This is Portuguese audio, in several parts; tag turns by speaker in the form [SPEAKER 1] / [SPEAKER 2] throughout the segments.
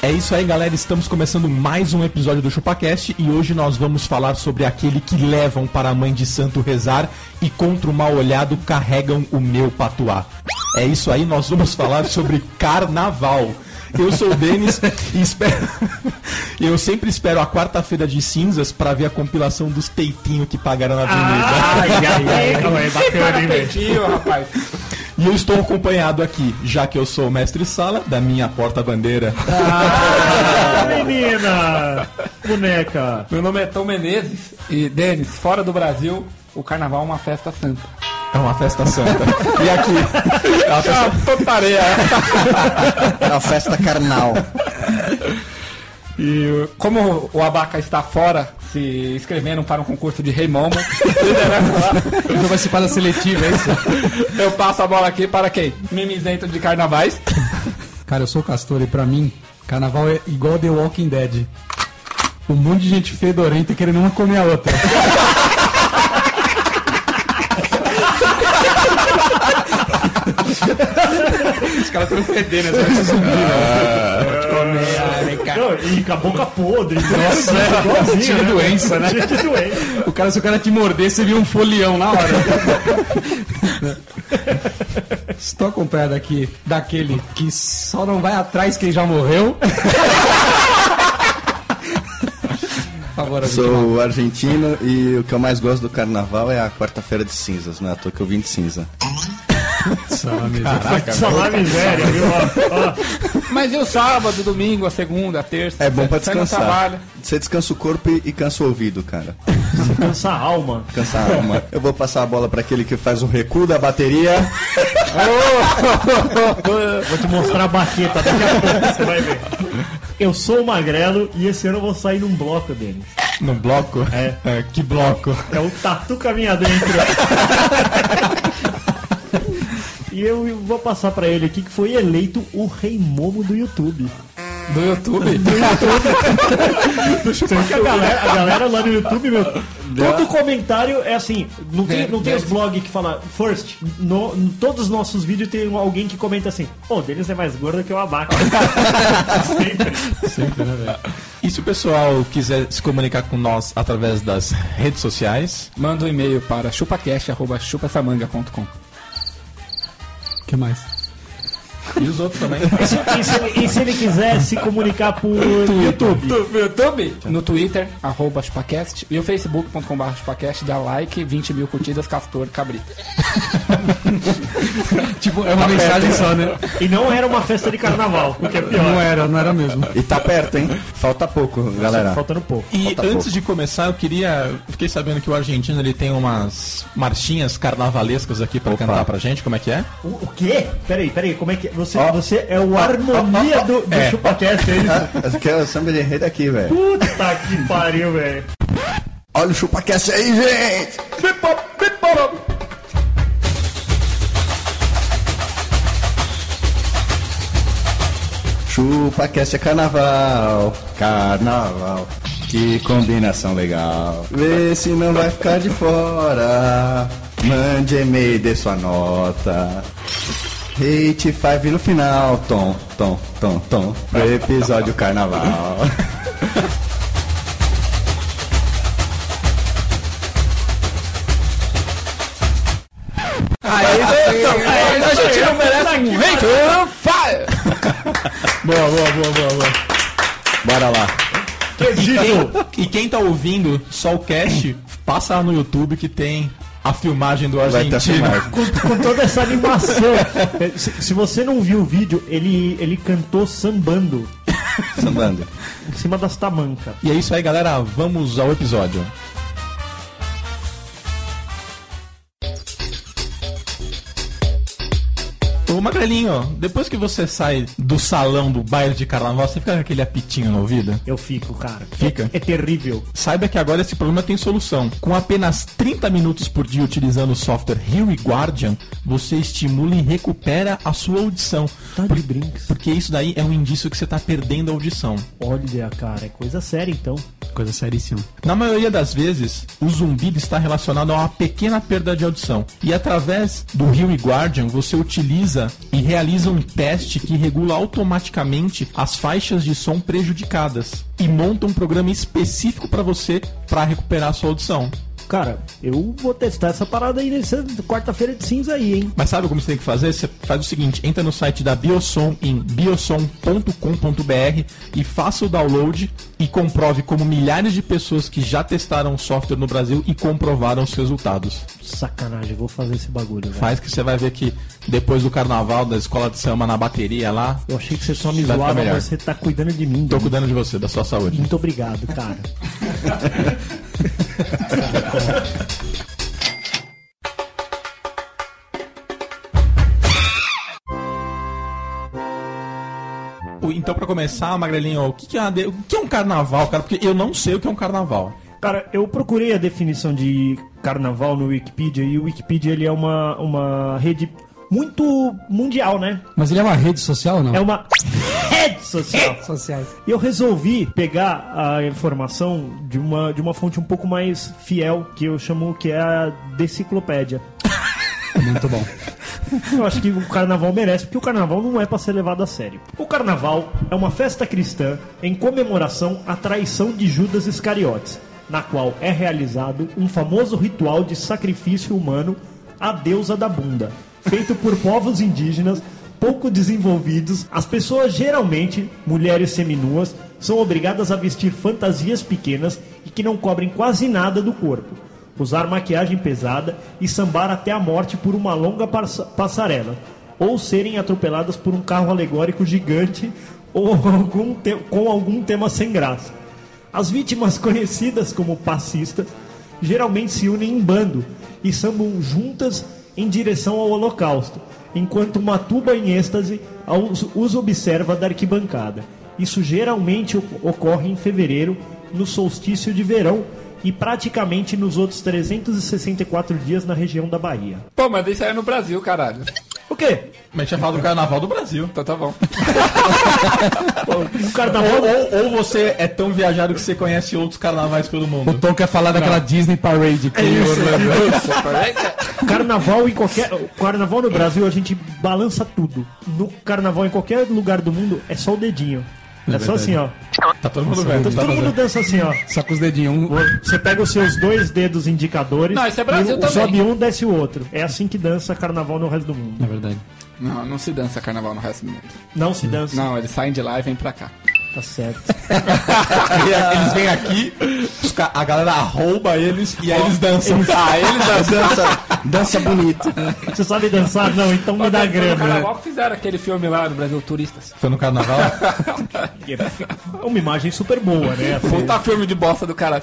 [SPEAKER 1] É isso aí, galera. Estamos começando mais um episódio do ChupaCast e hoje nós vamos falar sobre aquele que levam para a mãe de santo rezar e contra o mal olhado carregam o meu patuá. É isso aí, nós vamos falar sobre carnaval. Eu sou o Denis e espero. Eu sempre espero a quarta-feira de cinzas para ver a compilação dos peitinhos que pagaram na avenida.
[SPEAKER 2] Ai, ai, ai, não, é bacana, hein, velho?
[SPEAKER 3] Tio, rapaz.
[SPEAKER 1] E eu estou acompanhado aqui, já que eu sou o mestre sala, da minha porta-bandeira.
[SPEAKER 2] Ah, menina! Boneca!
[SPEAKER 3] Meu nome é Tom Menezes e, Denis, fora do Brasil, o carnaval é uma festa santa.
[SPEAKER 1] É uma festa santa. E aqui, é uma festa totareia.
[SPEAKER 4] É uma festa carnal.
[SPEAKER 3] E como o Abaca está fora, se inscrevendo para um concurso de Rei Momo, liderança lá,
[SPEAKER 4] Não participar da seletiva, é isso?
[SPEAKER 3] eu passo a bola aqui para quem? Mimizento de carnavais.
[SPEAKER 5] Cara, eu sou o Castor e pra mim, carnaval é igual The Walking Dead. Um monte de gente fedorenta querendo uma comer a outra.
[SPEAKER 3] Os caras estão fedendo.
[SPEAKER 2] Não, e com a boca podre,
[SPEAKER 4] Nossa,
[SPEAKER 2] igualzinho,
[SPEAKER 4] Tinha
[SPEAKER 2] né?
[SPEAKER 4] doença, né?
[SPEAKER 2] cheio de doença.
[SPEAKER 4] O cara, se o cara te morder, você viu um folião na hora.
[SPEAKER 5] Estou acompanhado aqui daquele que só não vai atrás quem já morreu. Por favor, amigo.
[SPEAKER 6] Sou argentino e o que eu mais gosto do carnaval é a quarta-feira de cinzas, né? À toa que eu vim de cinza.
[SPEAKER 2] Falar miséria, viu? Ó,
[SPEAKER 3] Mas e o sábado, domingo, a segunda, a terça?
[SPEAKER 6] É bom pra
[SPEAKER 3] Você não
[SPEAKER 6] descansar.
[SPEAKER 3] trabalha.
[SPEAKER 6] Você descansa o corpo e, e cansa o ouvido, cara.
[SPEAKER 2] ó, cansa a alma.
[SPEAKER 6] Cansa a alma. Eu vou passar a bola pra aquele que faz o recuo da bateria.
[SPEAKER 2] Vou te mostrar a baqueta daqui a pouco, você vai ver. Eu sou o Magrelo e esse ano eu vou sair num bloco, Denis.
[SPEAKER 1] Num bloco?
[SPEAKER 2] É.
[SPEAKER 1] que bloco?
[SPEAKER 2] É o Tatu Caminha Dentro. E eu vou passar pra ele aqui que foi eleito o Rei Momo do YouTube.
[SPEAKER 3] Do YouTube?
[SPEAKER 2] Porque a galera, a galera lá no YouTube, meu, todo comentário é assim. Não tem, não tem os blogs que fala first. No, em todos os nossos vídeos tem um, alguém que comenta assim: Pô, o Denis é mais gordo que o abaca. Sempre.
[SPEAKER 1] E se o pessoal quiser se comunicar com nós através das redes sociais,
[SPEAKER 3] Manda um e-mail para chupacast.chupassamanga.com
[SPEAKER 5] O que mais?
[SPEAKER 1] e os outros também.
[SPEAKER 2] E se, ele- e se ele quiser se comunicar por YouTube?
[SPEAKER 3] No YouTube? No Twitter, arroba chupacast. E o facebook.com.br chupacast. Dá like, 20 mil curtidas, Castor Cabrita.
[SPEAKER 5] Tipo, é uma
[SPEAKER 3] tá
[SPEAKER 5] mensagem só, né?
[SPEAKER 2] E não era uma festa de carnaval, o que é pior.
[SPEAKER 5] Não era, não era mesmo.
[SPEAKER 6] E tá perto, hein? Falta pouco, galera.
[SPEAKER 2] Tá Faltando pouco.
[SPEAKER 1] E
[SPEAKER 6] Falta
[SPEAKER 1] antes
[SPEAKER 6] pouco.
[SPEAKER 1] de começar, eu queria. Fiquei sabendo que o argentino ele tem umas marchinhas carnavalescas aqui pra cantar pra gente. Como é que é?
[SPEAKER 2] O, o quê? Peraí, peraí, como é que é? Você, você é o harmonia do, do
[SPEAKER 1] É.
[SPEAKER 2] ChupaCast, é isso?
[SPEAKER 6] Acho que é o samba de rei daqui, velho.
[SPEAKER 2] Puta que pariu, velho.
[SPEAKER 6] Olha o chupacast aí, gente! Chupacast é carnaval, carnaval. Que combinação legal. Vê se não vai ficar de fora. Mande e-mail e dê sua nota. Hate 5 no final, tom, tom, tom, tom. Pro episódio carnaval.
[SPEAKER 3] tá É, A gente não
[SPEAKER 2] Tá
[SPEAKER 3] merece um hate.
[SPEAKER 6] Bora lá.
[SPEAKER 1] E quem tá ouvindo só o cast, passa lá no YouTube que tem a filmagem do
[SPEAKER 6] Vai ter
[SPEAKER 1] argentino.
[SPEAKER 6] filmagem.
[SPEAKER 2] com, com toda essa animação. É, Se, se você não viu o vídeo, ele, ele cantou sambando
[SPEAKER 6] Sambando.
[SPEAKER 2] em cima das tamancas.
[SPEAKER 1] E é isso aí, galera. Vamos ao episódio. Ô, Magrelinho, ó, depois que você sai do salão do baile de carnaval, você fica com aquele apitinho no ouvido?
[SPEAKER 2] Eu fico, cara.
[SPEAKER 1] Fica?
[SPEAKER 2] É, é terrível.
[SPEAKER 1] Saiba que agora esse problema tem solução. Com apenas 30 minutos por dia utilizando o software Hearing Guardian, você estimula e recupera a sua audição.
[SPEAKER 2] Tá de brinks.
[SPEAKER 1] Porque isso daí é um indício que você tá perdendo a audição.
[SPEAKER 2] Olha, cara, é coisa séria então.
[SPEAKER 5] Coisa seríssima.
[SPEAKER 1] Na maioria das vezes, o zumbido está relacionado a uma pequena perda de audição. E através do Rio Guardian, você utiliza e realiza um teste que regula automaticamente as faixas de som prejudicadas e monta um programa específico para você para recuperar a sua audição.
[SPEAKER 2] Cara, eu vou testar essa parada aí nessa quarta-feira de cinza aí, hein?
[SPEAKER 1] Mas sabe como você tem que fazer? Você faz o seguinte, entra no site da Biosom em biosom.com.br e faça o download e comprove como milhares de pessoas que já testaram o software no Brasil e comprovaram os resultados.
[SPEAKER 2] Sacanagem, vou fazer esse bagulho, velho.
[SPEAKER 1] Faz que você vai ver que depois do carnaval, da escola de samba na bateria lá,
[SPEAKER 2] Eu achei que você só me
[SPEAKER 1] Vai ficar
[SPEAKER 2] zoava,
[SPEAKER 1] melhor.
[SPEAKER 2] mas você tá cuidando de mim.
[SPEAKER 1] tô
[SPEAKER 2] velho.
[SPEAKER 1] cuidando de você, da sua saúde.
[SPEAKER 2] Muito obrigado, cara.
[SPEAKER 1] O- Então, para começar, Magrelinho, o que, que é uma de- o que é um carnaval, cara? Porque eu não sei o que é um carnaval.
[SPEAKER 2] Cara, eu procurei a definição de carnaval no Wikipedia e o Wikipedia ele é uma, uma rede muito mundial, né?
[SPEAKER 5] Mas ele é uma rede social ou não?
[SPEAKER 2] É uma rede social.
[SPEAKER 5] Sociais.
[SPEAKER 2] E eu resolvi pegar a informação de uma, de uma fonte um pouco mais fiel, que eu chamo que é a Deciclopédia.
[SPEAKER 5] Muito bom.
[SPEAKER 2] Eu acho que o carnaval merece, porque o carnaval não é pra ser levado a sério. O carnaval é uma festa cristã em comemoração à traição de Judas Iscariotes, na qual é realizado um famoso ritual de sacrifício humano à deusa da bunda, feito por povos indígenas pouco desenvolvidos. As pessoas, geralmente mulheres seminuas, são obrigadas a vestir fantasias pequenas e que não cobrem quase nada do corpo usar maquiagem pesada e sambar até a morte por uma longa passa- passarela, ou serem atropeladas por um carro alegórico gigante ou algum te- com algum tema sem graça. As vítimas conhecidas como passistas geralmente se unem em bando e sambam juntas em direção ao holocausto, enquanto uma tuba em êxtase aos- os observa da arquibancada. Isso geralmente o- ocorre em fevereiro, no solstício de verão e praticamente nos outros 364 dias na região da Bahia.
[SPEAKER 3] Pô, mas isso aí é no Brasil, caralho.
[SPEAKER 2] O quê?
[SPEAKER 1] Mas a gente vai falar do carnaval do Brasil.
[SPEAKER 3] Então tá bom.
[SPEAKER 2] O Um carnaval
[SPEAKER 1] Ou, ou- ou você é tão viajado que você conhece outros carnavais pelo
[SPEAKER 5] O
[SPEAKER 1] mundo.
[SPEAKER 5] Tom quer falar daquela Disney Parade que tem em Orlando.
[SPEAKER 2] Carnaval em qualquer. o Carnaval no Brasil a gente balança tudo. No carnaval em qualquer lugar do mundo é só o dedinho. É, só assim, ó.
[SPEAKER 1] Tá todo mundo vendo. tá
[SPEAKER 2] Todo mundo dança assim, ó.
[SPEAKER 5] Só com os dedinhos. Um,
[SPEAKER 2] Você pega os seus dois dedos indicadores.
[SPEAKER 3] Não, isso é Brasil
[SPEAKER 2] e
[SPEAKER 3] também.
[SPEAKER 2] Sobe um, desce o outro. É assim que dança carnaval no resto do mundo.
[SPEAKER 5] na verdade.
[SPEAKER 3] Não, não se dança carnaval no resto do mundo.
[SPEAKER 2] Não se dança.
[SPEAKER 3] Não, eles saem de lá e vêm pra cá.
[SPEAKER 2] Tá certo.
[SPEAKER 1] Eles vêm aqui, os ca- a galera rouba eles e aí eles dançam.
[SPEAKER 4] Ah, ele
[SPEAKER 6] Dança, dança bonito.
[SPEAKER 2] Você sabe dançar? Não, então me dá
[SPEAKER 3] Foi No
[SPEAKER 2] grana.
[SPEAKER 3] carnaval que fizeram aquele filme lá no Brasil, Turistas.
[SPEAKER 1] Foi no carnaval?
[SPEAKER 2] É uma imagem super boa, né? Assim,
[SPEAKER 3] Puta filme de bosta do cara.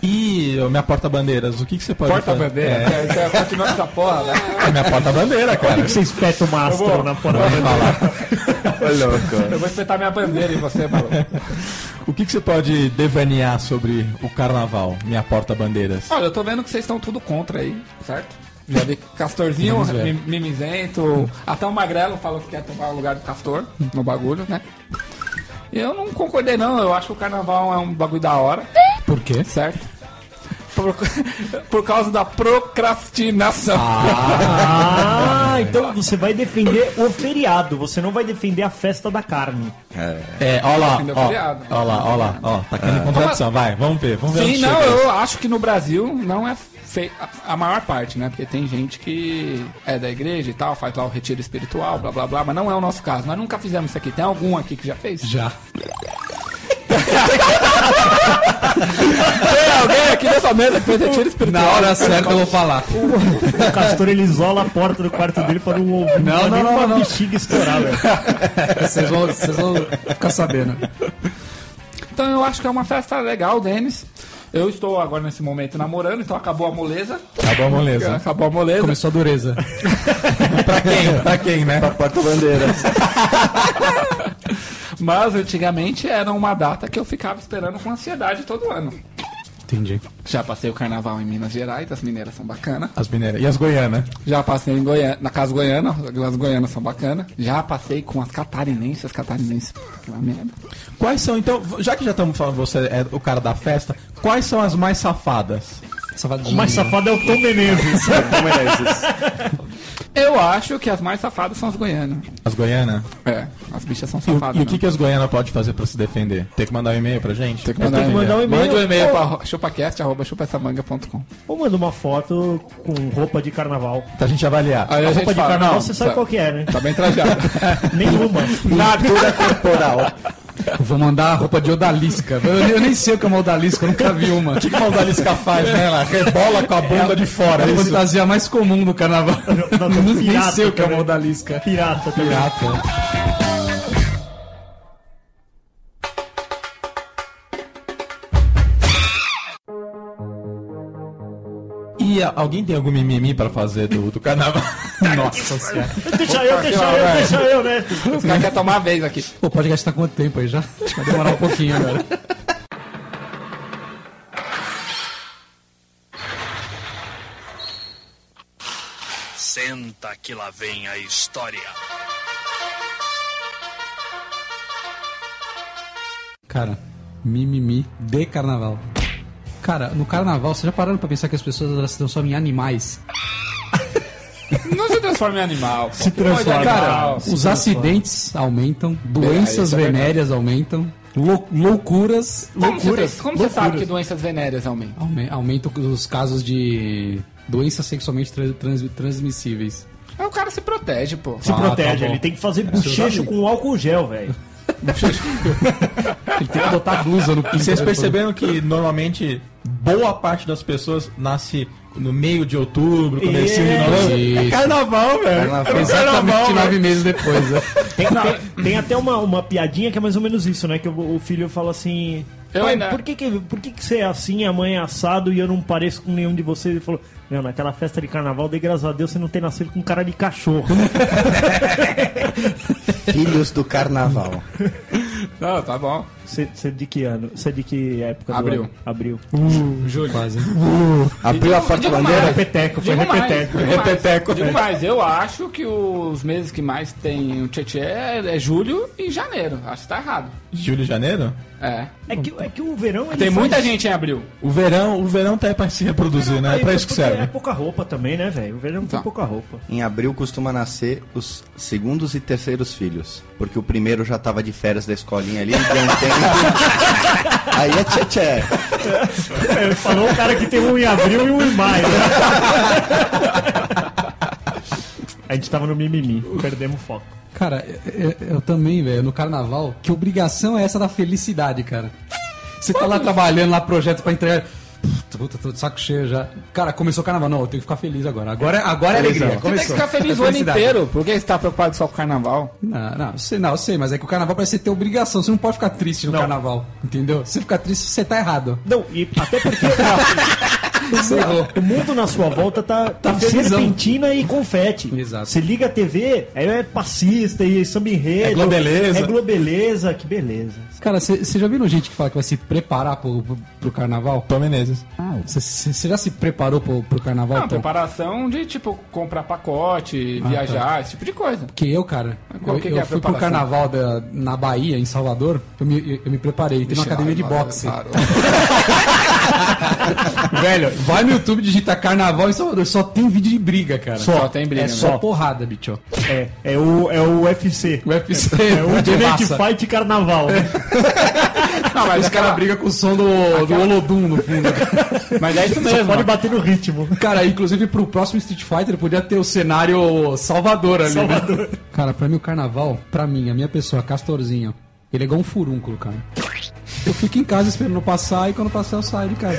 [SPEAKER 1] Ih, ô, minha porta-bandeiras, o que, que você pode fazer?
[SPEAKER 3] Porta-bandeira. É. Isso é, continua com essa porra, né?
[SPEAKER 1] É, minha porta-bandeira, cara.
[SPEAKER 2] Você espeta uma astro na porta.
[SPEAKER 6] Ô, louco.
[SPEAKER 3] Eu vou espetar minha bandeira em você, maluco.
[SPEAKER 1] O que, que você pode devanear sobre o carnaval, minha porta-bandeiras?
[SPEAKER 3] Olha, eu tô vendo que vocês estão tudo contra aí, certo? Já vi Castorzinho, mi- Mimizento, até o Magrelo falou que quer tomar o lugar do Castor no bagulho, né? E eu não concordei não, eu acho que o carnaval é um bagulho da hora,
[SPEAKER 5] Por quê?
[SPEAKER 3] certo? Por, por causa da procrastinação.
[SPEAKER 2] Ah, então você vai defender o feriado, você não vai defender a festa da carne.
[SPEAKER 1] É, ó lá,
[SPEAKER 3] Ainda é
[SPEAKER 1] ó,
[SPEAKER 3] feriado. É.
[SPEAKER 1] ó lá, ó lá, ó, tá caindo em contradição, vai, vamos ver, vamos ver
[SPEAKER 3] Sim,
[SPEAKER 1] onde
[SPEAKER 3] não,
[SPEAKER 1] chega.
[SPEAKER 3] eu acho que no Brasil não é fei- a- a maior parte, né? Porque tem gente que é da igreja e tal, faz lá o retiro espiritual, blá blá blá, mas não é o nosso caso. Nós nunca fizemos isso aqui. Tem algum aqui que já fez?
[SPEAKER 5] Já.
[SPEAKER 3] Tem alguém aqui nessa mesa que fez retiro espiritual?
[SPEAKER 4] Na hora certa eu vou falar.
[SPEAKER 2] O castor ele isola a porta do quarto dele para não ouvir
[SPEAKER 5] Não,
[SPEAKER 2] pra
[SPEAKER 5] não,
[SPEAKER 2] nem
[SPEAKER 5] não,
[SPEAKER 2] uma
[SPEAKER 5] não.
[SPEAKER 2] bexiga estourar, velho.
[SPEAKER 5] Vocês vão, vocês vão ficar sabendo.
[SPEAKER 3] Então eu acho que é uma festa legal, Denis. Eu estou agora nesse momento namorando, então acabou a moleza.
[SPEAKER 1] Acabou a moleza.
[SPEAKER 3] Acabou a moleza.
[SPEAKER 5] Começou a dureza.
[SPEAKER 1] pra quem? Pra quem, né?
[SPEAKER 6] Porta-bandeira.
[SPEAKER 3] Mas antigamente era uma data que eu ficava esperando com ansiedade todo ano.
[SPEAKER 5] Entendi.
[SPEAKER 3] Já passei o carnaval em Minas Gerais, as mineiras são bacanas.
[SPEAKER 1] As mineiras. E as goianas?
[SPEAKER 3] Já passei em Goiânia, na casa goiana, as goianas são bacanas. Já passei com as catarinenses, as catarinenses. é Uma merda.
[SPEAKER 1] Quais são, então, já que já estamos falando você é o cara da festa, quais são as mais safadas?
[SPEAKER 2] O mais safado é o Tom Menezes.
[SPEAKER 3] Eu acho que as mais safadas são as goianas.
[SPEAKER 1] As goianas?
[SPEAKER 3] É, as bichas são
[SPEAKER 1] E, o-
[SPEAKER 3] safadas. né?
[SPEAKER 1] e o que,
[SPEAKER 3] mesmo.
[SPEAKER 1] que as goianas podem fazer pra se defender? Tem que mandar um e-mail pra gente?
[SPEAKER 3] Tem que mandar,
[SPEAKER 2] que mandar
[SPEAKER 3] um
[SPEAKER 2] um
[SPEAKER 3] e-mail.
[SPEAKER 2] e-mail.
[SPEAKER 3] Mande um e-mail
[SPEAKER 2] Ou-
[SPEAKER 3] para chupacast.chupessamanga.com.
[SPEAKER 2] Ou manda uma foto com roupa de carnaval.
[SPEAKER 1] Pra gente avaliar.
[SPEAKER 3] Aí É, a
[SPEAKER 2] roupa
[SPEAKER 3] gente
[SPEAKER 2] de
[SPEAKER 3] fala,
[SPEAKER 2] carnaval
[SPEAKER 3] não,
[SPEAKER 2] você sabe
[SPEAKER 3] tá-
[SPEAKER 2] qual que é, né?
[SPEAKER 3] Tá bem trajado.
[SPEAKER 2] Nenhuma.
[SPEAKER 6] Pintura corporal.
[SPEAKER 5] Vou mandar a roupa de odalisca. Eu, eu nem sei o que é uma odalisca, eu nunca vi uma.
[SPEAKER 1] O que a Odalisca faz, né? Ela rebola com a bunda de fora.
[SPEAKER 5] É a
[SPEAKER 1] isso. É um
[SPEAKER 5] fantasia mais comum do carnaval.
[SPEAKER 2] Não, não,
[SPEAKER 5] Nem
[SPEAKER 2] pirata
[SPEAKER 5] sei o que é uma
[SPEAKER 2] também.
[SPEAKER 5] odalisca.
[SPEAKER 2] Pirata também.
[SPEAKER 1] E a- alguém tem algum mimimi pra fazer do, do carnaval?
[SPEAKER 5] Nossa senhora.
[SPEAKER 2] Deixa eu, deixa eu, deixa eu, né?
[SPEAKER 3] Os caras querem tomar a vez aqui.
[SPEAKER 5] Pô, pode gastar quanto tempo aí já? Vai demorar um pouquinho agora.
[SPEAKER 7] Senta que lá vem a história.
[SPEAKER 5] Cara, mimimi de carnaval. Cara, no carnaval, vocês já pararam pra pensar que as pessoas elas se transformam em animais?
[SPEAKER 3] Não se transforma em animal. pô.
[SPEAKER 2] Se transforma.
[SPEAKER 3] Cara,
[SPEAKER 5] Os acidentes aumentam, doenças
[SPEAKER 3] isso é verdade.
[SPEAKER 5] venéreas aumentam, lou- loucuras
[SPEAKER 3] Como você, trans- como você sabe que doenças venéreas aumentam?
[SPEAKER 5] aume- aumentam os casos de doenças sexualmente trans- trans- transmissíveis.
[SPEAKER 3] É o cara se protege, pô.
[SPEAKER 2] Se
[SPEAKER 5] Ah,
[SPEAKER 2] protege,
[SPEAKER 5] tá bom.
[SPEAKER 2] ele tem que fazer bochecho com álcool gel, velho.
[SPEAKER 5] Ele tem que botar blusa no
[SPEAKER 1] E
[SPEAKER 5] pinto.
[SPEAKER 1] vocês perceberam que normalmente boa parte das pessoas nasce no meio de outubro, comecinho de novembro. É
[SPEAKER 5] Isso.
[SPEAKER 1] Carnaval, velho.
[SPEAKER 6] Carnaval.
[SPEAKER 1] É
[SPEAKER 5] Exatamente tipo,
[SPEAKER 1] carnaval, velho.
[SPEAKER 5] nove meses depois. né?
[SPEAKER 2] Tem, tem- tem até uma, uma piadinha que é mais ou menos isso, né? Que o, o filho fala assim.
[SPEAKER 3] Eu
[SPEAKER 2] Pai,
[SPEAKER 3] ainda-
[SPEAKER 2] por que, que, por que, que você é assim, a mãe é assado e eu não pareço com nenhum de vocês? Ele falou: Meu, naquela festa de carnaval, de graças a Deus, você não tem nascido com cara de cachorro.
[SPEAKER 6] Filhos do carnaval.
[SPEAKER 3] Não, tá bom.
[SPEAKER 2] Você você é de que ano? Você é de que época? do
[SPEAKER 3] Abril.
[SPEAKER 2] ano? Abril.
[SPEAKER 5] Quase.
[SPEAKER 6] Abriu a porta-bandeira.
[SPEAKER 2] Repeteco, foi
[SPEAKER 3] Digo mais,
[SPEAKER 2] repeteco.
[SPEAKER 3] digo mais,
[SPEAKER 1] Repeteco.
[SPEAKER 3] Digo mais, eu acho que os meses que mais tem o tchê é, é julho e janeiro. Acho que tá errado.
[SPEAKER 1] Julho e janeiro?
[SPEAKER 3] É.
[SPEAKER 2] É que, é que o verão. ele
[SPEAKER 3] Tem
[SPEAKER 2] faz-
[SPEAKER 3] muita gente em abril.
[SPEAKER 1] O verão, o verão tá aí pra se reproduzir, né? É
[SPEAKER 2] Aí,
[SPEAKER 1] pra isso que
[SPEAKER 2] porque É
[SPEAKER 1] serve.
[SPEAKER 2] pouca roupa também, né, velho? O verão
[SPEAKER 3] Tá.
[SPEAKER 2] tem pouca roupa.
[SPEAKER 6] Em abril costuma nascer os segundos e terceiros filhos. Porque o primeiro já tava de férias da escolinha ali, deu um tempo. Aí é tchê tchê.
[SPEAKER 2] É, falou o cara que tem um em abril e um em maio. A gente tava no mimimi, perdemos o foco.
[SPEAKER 5] Cara, eu, eu- eu também, velho, no carnaval, que obrigação é essa da felicidade, cara? Você tá lá trabalhando lá projeto pra entregar. Puta, puta, tô de saco cheio já. Cara, começou o carnaval. Não, eu tenho que ficar feliz agora. Agora, agora é alegria.
[SPEAKER 3] Você tem que
[SPEAKER 5] Começou. É
[SPEAKER 3] ficar feliz o ano
[SPEAKER 5] felicidade.
[SPEAKER 3] inteiro. Por que você tá preocupado só com o carnaval?
[SPEAKER 5] Não, não, eu sei, não, eu sei, mas é que o carnaval parece ter obrigação. Você não pode ficar triste no carnaval, entendeu? Se você ficar triste, você tá errado.
[SPEAKER 2] Não, e até porque né,
[SPEAKER 5] Você errou.
[SPEAKER 2] o mundo na sua volta tá, tá
[SPEAKER 5] felizão.
[SPEAKER 2] serpentina e confete.
[SPEAKER 5] Exato.
[SPEAKER 2] Você liga a TV, aí é passista e samba enredo.
[SPEAKER 1] É globeleza.
[SPEAKER 2] É globeleza, que beleza.
[SPEAKER 5] Cara, você você já viu gente que fala que vai se preparar pro, pro, pro carnaval?
[SPEAKER 1] Tom Menezes.
[SPEAKER 5] Você- Você você já se preparou pro, pro carnaval?
[SPEAKER 3] Não,
[SPEAKER 5] Tom?
[SPEAKER 3] preparação de, tipo, comprar pacote, viajar, esse tipo de coisa.
[SPEAKER 5] Que eu, cara,
[SPEAKER 3] Qual
[SPEAKER 5] eu,
[SPEAKER 3] que
[SPEAKER 5] eu
[SPEAKER 3] que é a
[SPEAKER 5] fui pro
[SPEAKER 3] preparação?
[SPEAKER 5] carnaval da- na Bahia, em Salvador, eu me, eu me preparei, tem uma academia de boxe. Velho, vai no YouTube digitar carnaval em Salvador, só tem vídeo de briga, cara.
[SPEAKER 3] Só tem briga, né?
[SPEAKER 5] É só porrada, bicho.
[SPEAKER 2] É, é o, é o UFC.
[SPEAKER 5] O UFC
[SPEAKER 2] É o Ultimate
[SPEAKER 5] massa.
[SPEAKER 2] Fight Carnaval. né?
[SPEAKER 3] Não, mas, é
[SPEAKER 5] Os caras brigam com o som do, do Olodum no fundo.
[SPEAKER 3] mas é isso
[SPEAKER 2] Só
[SPEAKER 3] mesmo.
[SPEAKER 2] pode bater no ritmo.
[SPEAKER 5] Cara, inclusive pro próximo Street Fighter podia ter o cenário Salvador ali. Salvador. Cara, pra mim o carnaval, pra mim, a minha pessoa, Castorzinho, ele é igual um furúnculo, cara. Eu fico em casa esperando passar e quando passar eu saio de casa.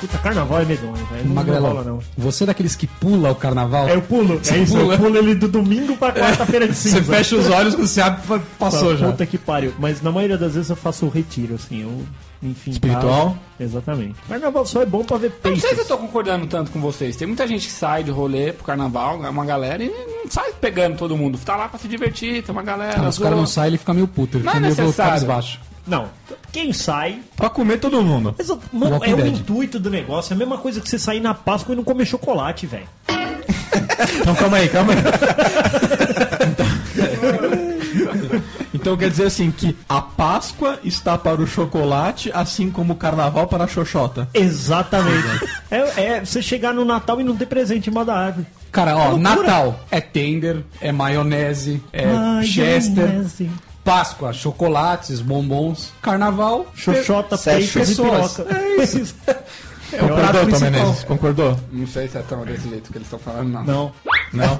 [SPEAKER 2] Puta, carnaval é medonho, velho. Não não rola,
[SPEAKER 5] Magrelão,
[SPEAKER 2] não.
[SPEAKER 5] você é daqueles que pula o carnaval?
[SPEAKER 2] É, eu pulo.
[SPEAKER 5] Você
[SPEAKER 2] é isso,
[SPEAKER 5] pula?
[SPEAKER 2] eu pulo ele do domingo pra quarta-feira de cinza.
[SPEAKER 4] Você fecha os olhos, quando você abre, fa- passou
[SPEAKER 2] Puta
[SPEAKER 4] já.
[SPEAKER 2] que pariu. Mas na maioria das vezes eu faço o retiro, assim. Eu, enfim.
[SPEAKER 4] Espiritual?
[SPEAKER 2] tá? Exatamente. Carnaval só é bom pra ver
[SPEAKER 3] Eu não
[SPEAKER 2] peixe.
[SPEAKER 3] sei se eu tô concordando tanto com vocês. Tem muita gente que sai de rolê pro carnaval, é uma galera, e não sai pegando todo mundo. Tá lá pra se divertir, tem uma galera.
[SPEAKER 5] Cara, se o cara
[SPEAKER 3] zoa.
[SPEAKER 5] não sai, ele fica meio puto, ele
[SPEAKER 3] Não é
[SPEAKER 5] fica meio
[SPEAKER 3] necessário.
[SPEAKER 5] cabisbaixo.
[SPEAKER 2] Não. Quem sai.
[SPEAKER 1] Pra comer todo mundo.
[SPEAKER 2] Mas, mano,
[SPEAKER 5] Walking
[SPEAKER 2] é o
[SPEAKER 5] Dead.
[SPEAKER 2] intuito do negócio. É a mesma coisa que você sair na Páscoa e não comer chocolate, velho.
[SPEAKER 1] Então calma aí, calma aí. Então quer dizer assim que a Páscoa está para o chocolate, assim como o carnaval para a xoxota.
[SPEAKER 2] Exatamente. é, é você chegar no Natal e não ter presente em cima da árvore.
[SPEAKER 5] Cara, ó, Natal é tender, é maionese, é chester,
[SPEAKER 3] né?
[SPEAKER 2] maionese.
[SPEAKER 5] Páscoa, chocolates, bombons, carnaval, é
[SPEAKER 2] Xoxota,
[SPEAKER 6] Sérgio.
[SPEAKER 2] peitas e
[SPEAKER 5] Pessoas.
[SPEAKER 2] piroca. É isso.
[SPEAKER 5] é o prato
[SPEAKER 1] Concordou, Tom
[SPEAKER 5] principal.
[SPEAKER 1] Menezes? Concordou?
[SPEAKER 3] Não sei se é tão desse jeito que eles estão falando, não.
[SPEAKER 2] Não.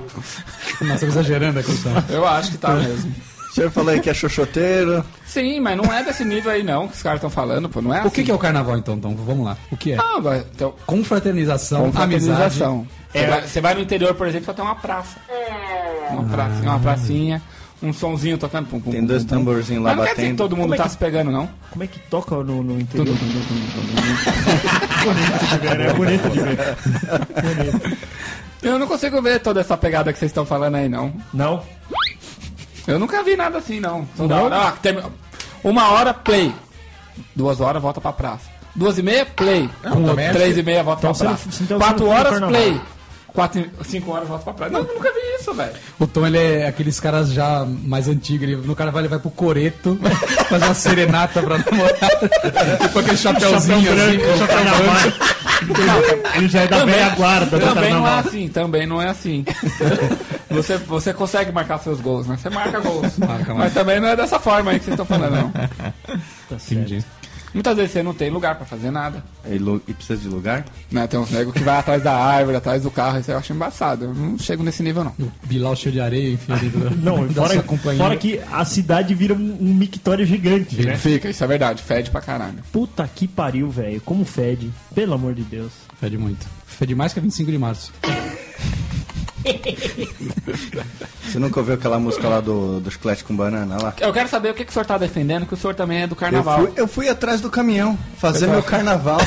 [SPEAKER 5] Nossa, exagerando a questão.
[SPEAKER 3] Eu acho que tá mesmo.
[SPEAKER 6] O senhor falou aí que é xoxoteiro.
[SPEAKER 3] Sim, mas não é desse nível aí não que os caras estão falando, pô. Não é
[SPEAKER 5] O que, que é o carnaval então, Tom? Vamos lá. O que é?
[SPEAKER 3] Ah, vai- então,
[SPEAKER 5] Confraternização, amizade.
[SPEAKER 3] confraternização. Você, vai, você vai no interior, por exemplo, só tem uma praça. Uma pracinha, uma pracinha, um sonzinho tocando. Pum, pum,
[SPEAKER 6] Tem
[SPEAKER 3] pum,
[SPEAKER 6] dois
[SPEAKER 3] pum, pum.
[SPEAKER 6] tamborzinhos lá
[SPEAKER 3] Então, Mas não quer dizer que
[SPEAKER 6] batendo.
[SPEAKER 3] todo mundo
[SPEAKER 2] Como é
[SPEAKER 3] tá
[SPEAKER 2] que-
[SPEAKER 3] se pegando, não.
[SPEAKER 2] Como é que toca no, no interior? bonito de ver, né? É bonito de ver.
[SPEAKER 3] Eu não consigo ver toda essa pegada que vocês estão falando aí, não.
[SPEAKER 2] Não?
[SPEAKER 3] Eu nunca vi nada assim, não. Só da
[SPEAKER 2] Não?
[SPEAKER 3] hora, ah, tem- Uma hora, play. Duas horas, volta pra praça. Duas e meia, play. Com
[SPEAKER 1] também acho
[SPEAKER 3] três e meia, volta
[SPEAKER 2] Então
[SPEAKER 3] pra
[SPEAKER 2] você
[SPEAKER 3] praça.
[SPEAKER 2] não- então você
[SPEAKER 3] Quatro
[SPEAKER 2] não foi no
[SPEAKER 3] horas,
[SPEAKER 2] carnaval.
[SPEAKER 3] play. Quatro, e- cinco horas, volta pra praça. Não, eu nunca vi isso, velho.
[SPEAKER 5] O Tom, ele é aqueles caras já mais antigos. Ele, no carnaval, ele vai pro coreto fazer uma serenata pra namorada. Com aquele chapéuzinho assim, com o chapéu branco.
[SPEAKER 2] Ele já é da velha guarda do
[SPEAKER 3] Também não é
[SPEAKER 2] carnaval.
[SPEAKER 3] assim, também não é assim. você, você consegue marcar seus gols, né? Você marca gols. Mas também não é dessa forma aí que vocês estão falando, não.
[SPEAKER 2] Tá
[SPEAKER 1] Entendi.
[SPEAKER 3] Muitas vezes você não tem lugar pra fazer nada.
[SPEAKER 6] E, lu- e precisa de lugar?
[SPEAKER 3] Né? Tem uns nego que vai atrás da árvore, atrás do carro, isso eu acho embaçado. Eu não chego nesse nível, não.
[SPEAKER 5] O Bilal cheio de areia, enfim, ali do,
[SPEAKER 2] Não,
[SPEAKER 5] da
[SPEAKER 2] fora,
[SPEAKER 5] sua companhia.
[SPEAKER 2] fora que a cidade vira um, um mictório gigante, né?
[SPEAKER 3] Fica, isso é verdade, fede pra caralho.
[SPEAKER 2] Puta que pariu, velho. Como fede. Pelo amor de Deus.
[SPEAKER 5] Fede muito. Fede mais que a 25 de março.
[SPEAKER 6] Você nunca ouviu aquela música lá do, do chiclete com banana lá?
[SPEAKER 3] Eu quero saber o que, que o senhor tá defendendo, que o senhor também é do
[SPEAKER 6] Eu
[SPEAKER 3] carnaval.
[SPEAKER 6] fui, eu fui atrás do caminhão fazer meu carnaval.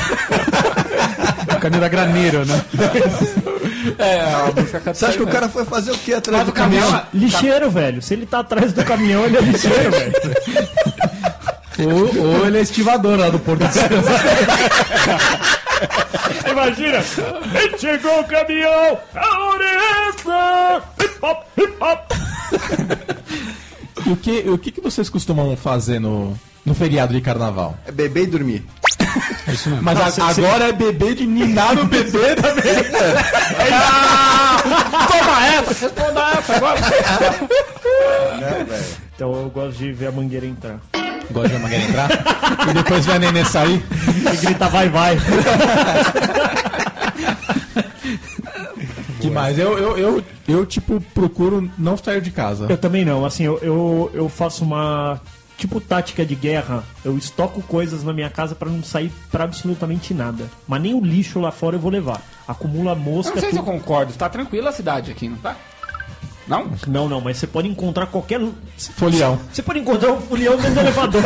[SPEAKER 5] O caminho da graneiro, né?
[SPEAKER 3] É, a música
[SPEAKER 6] Você acha que o
[SPEAKER 3] católica.
[SPEAKER 6] cara foi fazer o que atrás
[SPEAKER 3] Mas
[SPEAKER 6] do
[SPEAKER 3] o caminhão.
[SPEAKER 6] caminhão?
[SPEAKER 2] Lixeiro, velho. Se ele tá atrás do caminhão, ele é lixeiro, velho.
[SPEAKER 5] Ou, ou ele é estivador lá do Porto de Santos.
[SPEAKER 2] Imagina! Chegou o caminhão! É A oresta! Hip hop, hip hop!
[SPEAKER 1] E o que, o que, que vocês costumam fazer no, no feriado de carnaval?
[SPEAKER 6] É beber e dormir.
[SPEAKER 1] Mas a- agora é beber de ninar no bebê também.
[SPEAKER 3] Toma essa, responda essa agora.
[SPEAKER 2] Então eu gosto de ver a mangueira entrar.
[SPEAKER 1] Gosta de uma mulher entrar? E depois vai a neném sair?
[SPEAKER 2] E grita vai, vai.
[SPEAKER 1] Que mais? Eu, eu, eu, eu, tipo, procuro não sair de casa.
[SPEAKER 2] Eu também não. Assim, eu, eu, eu faço uma. Tipo tática de guerra, eu estoco coisas na minha casa pra não sair pra absolutamente nada. Mas nem o lixo lá fora eu vou levar. Acumula
[SPEAKER 3] Eu
[SPEAKER 2] mosca.
[SPEAKER 3] não sei se eu
[SPEAKER 2] tudo.
[SPEAKER 3] concordo, tá tranquila a cidade aqui, não tá? Não?
[SPEAKER 2] Não, não, mas você pode encontrar qualquer.
[SPEAKER 1] Folião.
[SPEAKER 2] Você pode encontrar um folião dentro do elevador.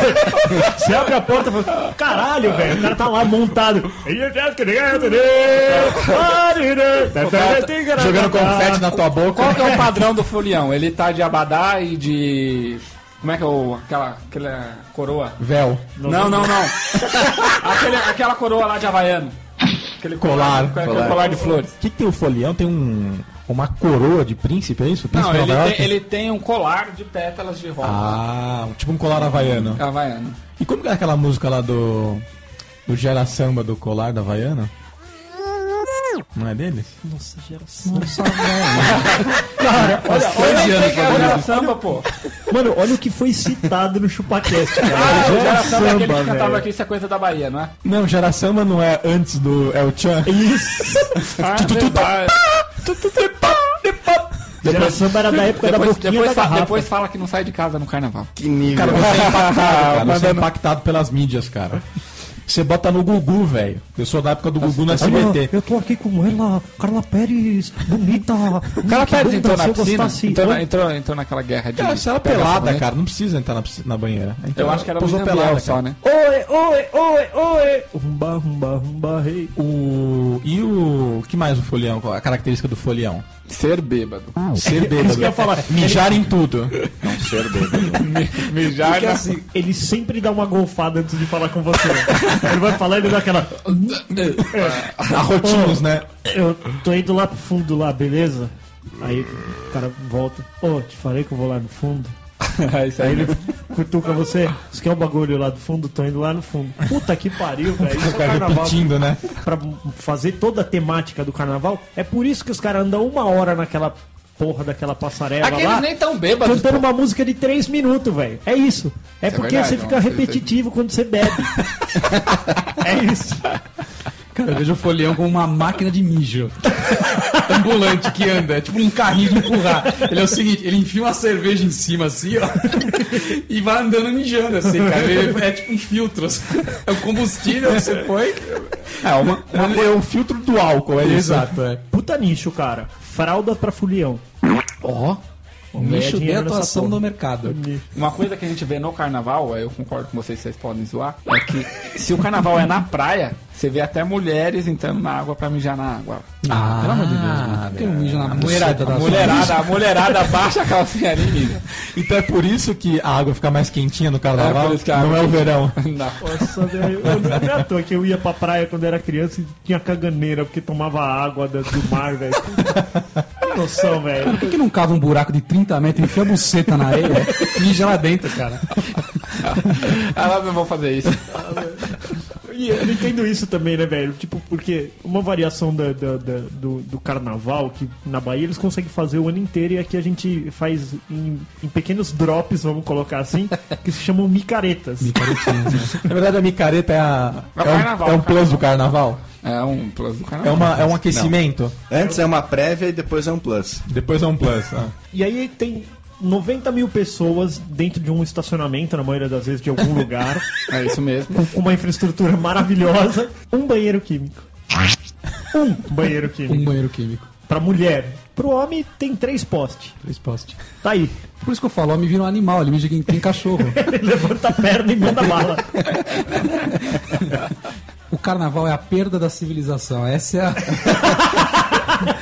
[SPEAKER 2] Você abre a porta e fala: Caralho, velho, o cara tá lá montado. Jogando né?
[SPEAKER 1] Tá Jogando confete na tua boca.
[SPEAKER 3] Qual que é o padrão do folião? Ele tá de abadá e de. Como é que é o. aquela. aquela coroa?
[SPEAKER 1] Véu.
[SPEAKER 3] Não, não, não. Aquele- aquela coroa lá de Havaiano. é Aquele
[SPEAKER 1] Colar.
[SPEAKER 3] Colar, aquele colar de flores.
[SPEAKER 1] O que, que tem o folião? Tem um, uma coroa de príncipe, é isso?
[SPEAKER 3] Não,
[SPEAKER 1] Príncipe
[SPEAKER 3] ele
[SPEAKER 1] Nova
[SPEAKER 3] tem,
[SPEAKER 1] York?
[SPEAKER 3] ele tem um colar de pétalas de rosa. É
[SPEAKER 1] Ah, tipo um colar havaiano.
[SPEAKER 3] Havaiano.
[SPEAKER 1] E como que é aquela música lá do. do Gera Samba do colar da havaiana? Não é deles?
[SPEAKER 3] Olha, eu sei que era samba, pô.
[SPEAKER 2] Mano, olha o que foi citado no ChupaCast, cara.
[SPEAKER 3] Ah, era samba é aquele que
[SPEAKER 2] samba,
[SPEAKER 3] cantava
[SPEAKER 2] velho.
[SPEAKER 3] aqui, isso é coisa da Bahia, não é?
[SPEAKER 1] Não, Gera Samba não é antes do El Chan.
[SPEAKER 2] Isso.
[SPEAKER 3] Ah, verdade.
[SPEAKER 2] Gera samba era da época da
[SPEAKER 3] depois,
[SPEAKER 2] boquinha
[SPEAKER 3] depois
[SPEAKER 2] da
[SPEAKER 3] fa-
[SPEAKER 2] garrafa.
[SPEAKER 3] depois fala que não sai de casa no carnaval.
[SPEAKER 6] Que nível.
[SPEAKER 1] Cara, você é impactado, cara. Você é impactado pelas mídias, cara. Você bota no Gugu, velho. Eu sou da época do Gugu no SBT.
[SPEAKER 2] eu tô aqui com ela, Carla Pérez, bonita.
[SPEAKER 3] Cara, perde, entrou
[SPEAKER 2] se
[SPEAKER 3] na
[SPEAKER 2] eu
[SPEAKER 3] piscina.
[SPEAKER 2] gostasse.
[SPEAKER 3] Entrou, na- entrou, entrou naquela guerra de.
[SPEAKER 1] Cara, se ela
[SPEAKER 3] pega
[SPEAKER 1] é pelada,
[SPEAKER 3] sabonete.
[SPEAKER 1] cara, não precisa entrar na, piscina- na banheira. Então,
[SPEAKER 3] Eu acho que era
[SPEAKER 1] posou
[SPEAKER 3] Luiz Ambiel só, né?
[SPEAKER 2] Oi, oi, oi, oi. Rumba, rumba, rumba, rei.
[SPEAKER 1] O... E o... o que mais o folião? Qual A característica do folião?
[SPEAKER 3] Ser bêbado.
[SPEAKER 1] Ser bêbado.
[SPEAKER 2] eu ia falar.
[SPEAKER 1] Mijar em tudo.
[SPEAKER 3] Mijar
[SPEAKER 2] Porque assim, ele sempre dá uma golfada antes de falar com você. ele vai falar e ele dá aquela.
[SPEAKER 1] Arrotinhos, né?
[SPEAKER 2] Eu tô indo lá pro fundo lá, beleza? Aí o cara volta. Ô, te falei que eu vou lá no fundo. É,
[SPEAKER 3] na... Isso aí.
[SPEAKER 2] Cutuca você. Você quer um bagulho lá do fundo? Tô indo lá no fundo. Puta que pariu, velho. Isso é
[SPEAKER 1] O cara
[SPEAKER 2] carnaval.
[SPEAKER 1] repetindo, né?
[SPEAKER 2] Pra fazer toda a temática do carnaval. É por isso que os caras andam uma hora naquela porra daquela passarela lá.
[SPEAKER 3] Aqueles nem tão bêbados.
[SPEAKER 2] Cantando uma música de três minutos, velho. É isso. É
[SPEAKER 3] é
[SPEAKER 2] porque
[SPEAKER 3] verdade,
[SPEAKER 2] você fica
[SPEAKER 3] não.
[SPEAKER 2] repetitivo quando você bebe. é isso.
[SPEAKER 5] Cara, eu vejo o folião como uma máquina de mijo. Ambulante que anda, é tipo um carrinho de empurrar. Ele é o seguinte, ele enfia uma cerveja em cima assim, ó, e vai andando mijando assim, cara. Ele é tipo um filtro. assim. É o combustível que você põe.
[SPEAKER 1] É, uma, uma- é um filtro do álcool, é isso.
[SPEAKER 5] Exato, é.
[SPEAKER 2] Puta nicho, cara. Fralda pra fulião.
[SPEAKER 5] Ó, o nicho de
[SPEAKER 2] dinheiro nessa
[SPEAKER 5] atuação
[SPEAKER 2] porra.
[SPEAKER 5] do mercado.
[SPEAKER 3] Uma coisa que a gente vê no carnaval, eu concordo com vocês, vocês podem zoar, é que se o carnaval é na praia, você vê até mulheres entrando na água pra mijar na água.
[SPEAKER 5] Ah, pelo amor de Deus, mano. Tem um mijo na mulherada da
[SPEAKER 3] A mulherada, a mulherada baixa a calcinha ali, mija.
[SPEAKER 1] Então é por isso que a água fica mais quentinha no carnaval.
[SPEAKER 3] É por isso que a
[SPEAKER 1] não
[SPEAKER 3] água
[SPEAKER 1] é o
[SPEAKER 3] fica-
[SPEAKER 1] verão.
[SPEAKER 3] Não.
[SPEAKER 2] Nossa, velho. Eu não é à toa que eu ia pra praia quando era criança e tinha caganeira porque tomava água da- do mar, velho. Que noção, velho.
[SPEAKER 5] Por que não cava um buraco de 30 metros, enfia a buceta na areia e mija lá dentro, cara?
[SPEAKER 3] Elas não vão fazer isso.
[SPEAKER 2] E eu não entendo isso também, né, velho? Tipo, porque uma variação da, da- da- do, do carnaval, que na Bahia eles conseguem fazer o ano inteiro e aqui a gente faz em, em pequenos drops, vamos colocar assim, que se chamam micaretas.
[SPEAKER 1] Na verdade, a micareta é, a,
[SPEAKER 3] É
[SPEAKER 1] é
[SPEAKER 3] o
[SPEAKER 1] um-
[SPEAKER 3] carnaval,
[SPEAKER 1] é um, plus
[SPEAKER 3] carnaval.
[SPEAKER 1] do carnaval.
[SPEAKER 3] É um plano do
[SPEAKER 1] É,
[SPEAKER 3] carnaval.
[SPEAKER 1] uma, é um aquecimento.
[SPEAKER 6] Antes é uma prévia e depois é um plus.
[SPEAKER 1] Depois é um plus. ah.
[SPEAKER 2] E aí tem 90 mil pessoas dentro de um estacionamento, na maioria das vezes, de algum lugar,
[SPEAKER 3] É isso mesmo.
[SPEAKER 2] com uma infraestrutura maravilhosa, um banheiro químico. Um banheiro
[SPEAKER 5] Um
[SPEAKER 2] químico.
[SPEAKER 5] banheiro químico.
[SPEAKER 2] Pra mulher. Pro homem tem três postes.
[SPEAKER 5] Três postes.
[SPEAKER 2] Tá aí.
[SPEAKER 5] Por isso que eu falo, homem vira um animal, ele mija quem tem cachorro.
[SPEAKER 2] Ele levanta a perna e manda bala.
[SPEAKER 5] O carnaval é a perda da civilização. Essa é a.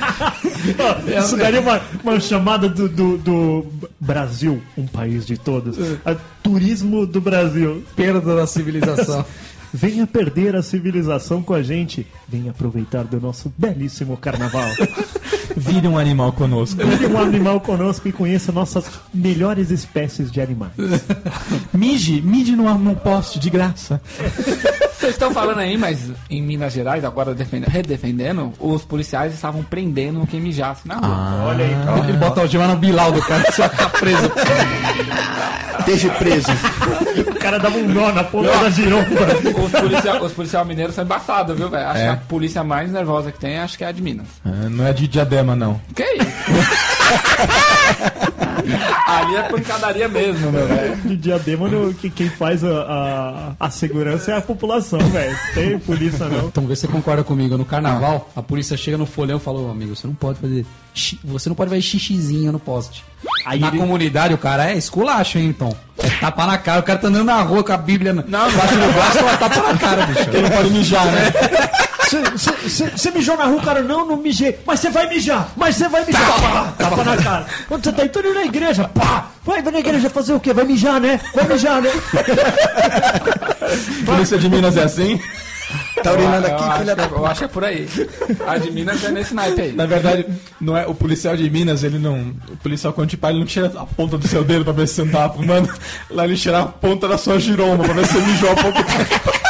[SPEAKER 2] Isso daria uma, uma chamada do, do, do Brasil, um país de todos. A turismo do Brasil.
[SPEAKER 5] perda da civilização.
[SPEAKER 2] Venha perder a civilização com a gente. Venha aproveitar do nosso belíssimo carnaval.
[SPEAKER 1] Vire um animal conosco.
[SPEAKER 2] Vire um animal conosco e conheça nossas melhores espécies de animais.
[SPEAKER 1] Mije, mije num, num poste de graça.
[SPEAKER 3] Vocês estão falando aí, mas em Minas Gerais, agora defendendo, redefendendo, os policiais estavam prendendo quem mijasse na
[SPEAKER 6] Ah.
[SPEAKER 3] rua.
[SPEAKER 2] Olha aí.
[SPEAKER 5] Ele bota a algema no bilau do cara, só tá preso.
[SPEAKER 6] Esteja preso.
[SPEAKER 2] O cara dava um nó na ponta da giromba.
[SPEAKER 3] Os policiais os policial mineiros são embaçados, viu, velho? Acho
[SPEAKER 6] É.
[SPEAKER 3] que a polícia mais nervosa que tem, acho que é a de Minas.
[SPEAKER 1] Ah, não é de diadema, não.
[SPEAKER 3] Que isso? Ali é pancadaria mesmo, meu velho.
[SPEAKER 2] De diadema, no- que quem faz a, a, a segurança é a população, velho. Tem polícia não.
[SPEAKER 5] Então vê se você concorda comigo. No carnaval, a polícia chega no folhão e fala: Ô amigo, você não pode fazer. xi- Você não pode fazer xixizinho no poste.
[SPEAKER 2] Aí
[SPEAKER 5] na
[SPEAKER 2] ele-
[SPEAKER 5] comunidade, o cara é esculacho, hein, então. É tapa na cara, o cara tá andando na rua com a Bíblia na-
[SPEAKER 3] Não,
[SPEAKER 5] embaixo do braço, ela tapa na cara, bicho.
[SPEAKER 1] Ele pode mijar, né?
[SPEAKER 2] Você mijou na rua, cara? Não, não mijei. Mas você vai mijar, mas você vai mijar. Pá, tapa na cara. Quando você tá entrando na igreja, pá. Vai, vai na igreja fazer o quê? Vai mijar, né? Vai mijar, né?
[SPEAKER 1] Polícia de Minas é assim.
[SPEAKER 6] Tá urinando
[SPEAKER 3] Ah, eu,
[SPEAKER 6] aqui,
[SPEAKER 3] acho
[SPEAKER 6] filha
[SPEAKER 3] que,
[SPEAKER 6] da.
[SPEAKER 3] eu acho que é por aí. A de Minas é nesse naipe aí.
[SPEAKER 1] Na verdade, não é, o policial de Minas, ele não. O policial quando te para, ele não tira a ponta do seu dedo pra ver se você não tava fumando. Lá ele tira a ponta da sua giromba pra ver se você mijou a ponta.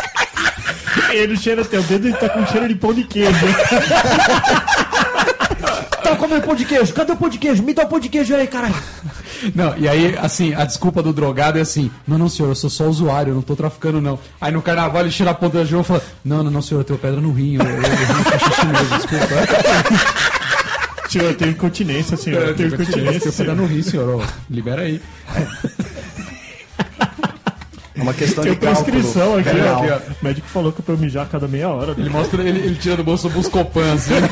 [SPEAKER 2] Ele cheira teu dedo e tá com cheiro de pão de queijo. tá comendo pão de queijo? Cadê o pão de queijo? Me dá o pão de queijo aí, caralho.
[SPEAKER 5] Não, e aí, assim, a desculpa do drogado é assim: Não, não, senhor, eu sou só usuário, eu não tô traficando, não. Aí no carnaval ele tira a ponta da João e fala: Não, não, não, senhor, eu tenho pedra no rim, eu, eu, eu, eu xixi mesmo, desculpa.
[SPEAKER 2] Senhor, eu tenho incontinência, senhor. É, Eu tenho
[SPEAKER 5] Continência,
[SPEAKER 2] incontinência,
[SPEAKER 5] eu fui dar
[SPEAKER 2] senhor.
[SPEAKER 5] no rim, senhor. ó. Libera aí.
[SPEAKER 6] É uma questão de
[SPEAKER 2] Tem
[SPEAKER 6] cálculo.
[SPEAKER 2] prescrição É, aqui,
[SPEAKER 5] Legal.
[SPEAKER 2] ó. O médico falou que é pra eu mijar a cada meia hora.
[SPEAKER 5] Ele mostra, ele, ele tira do bolso o Buscopan, assim.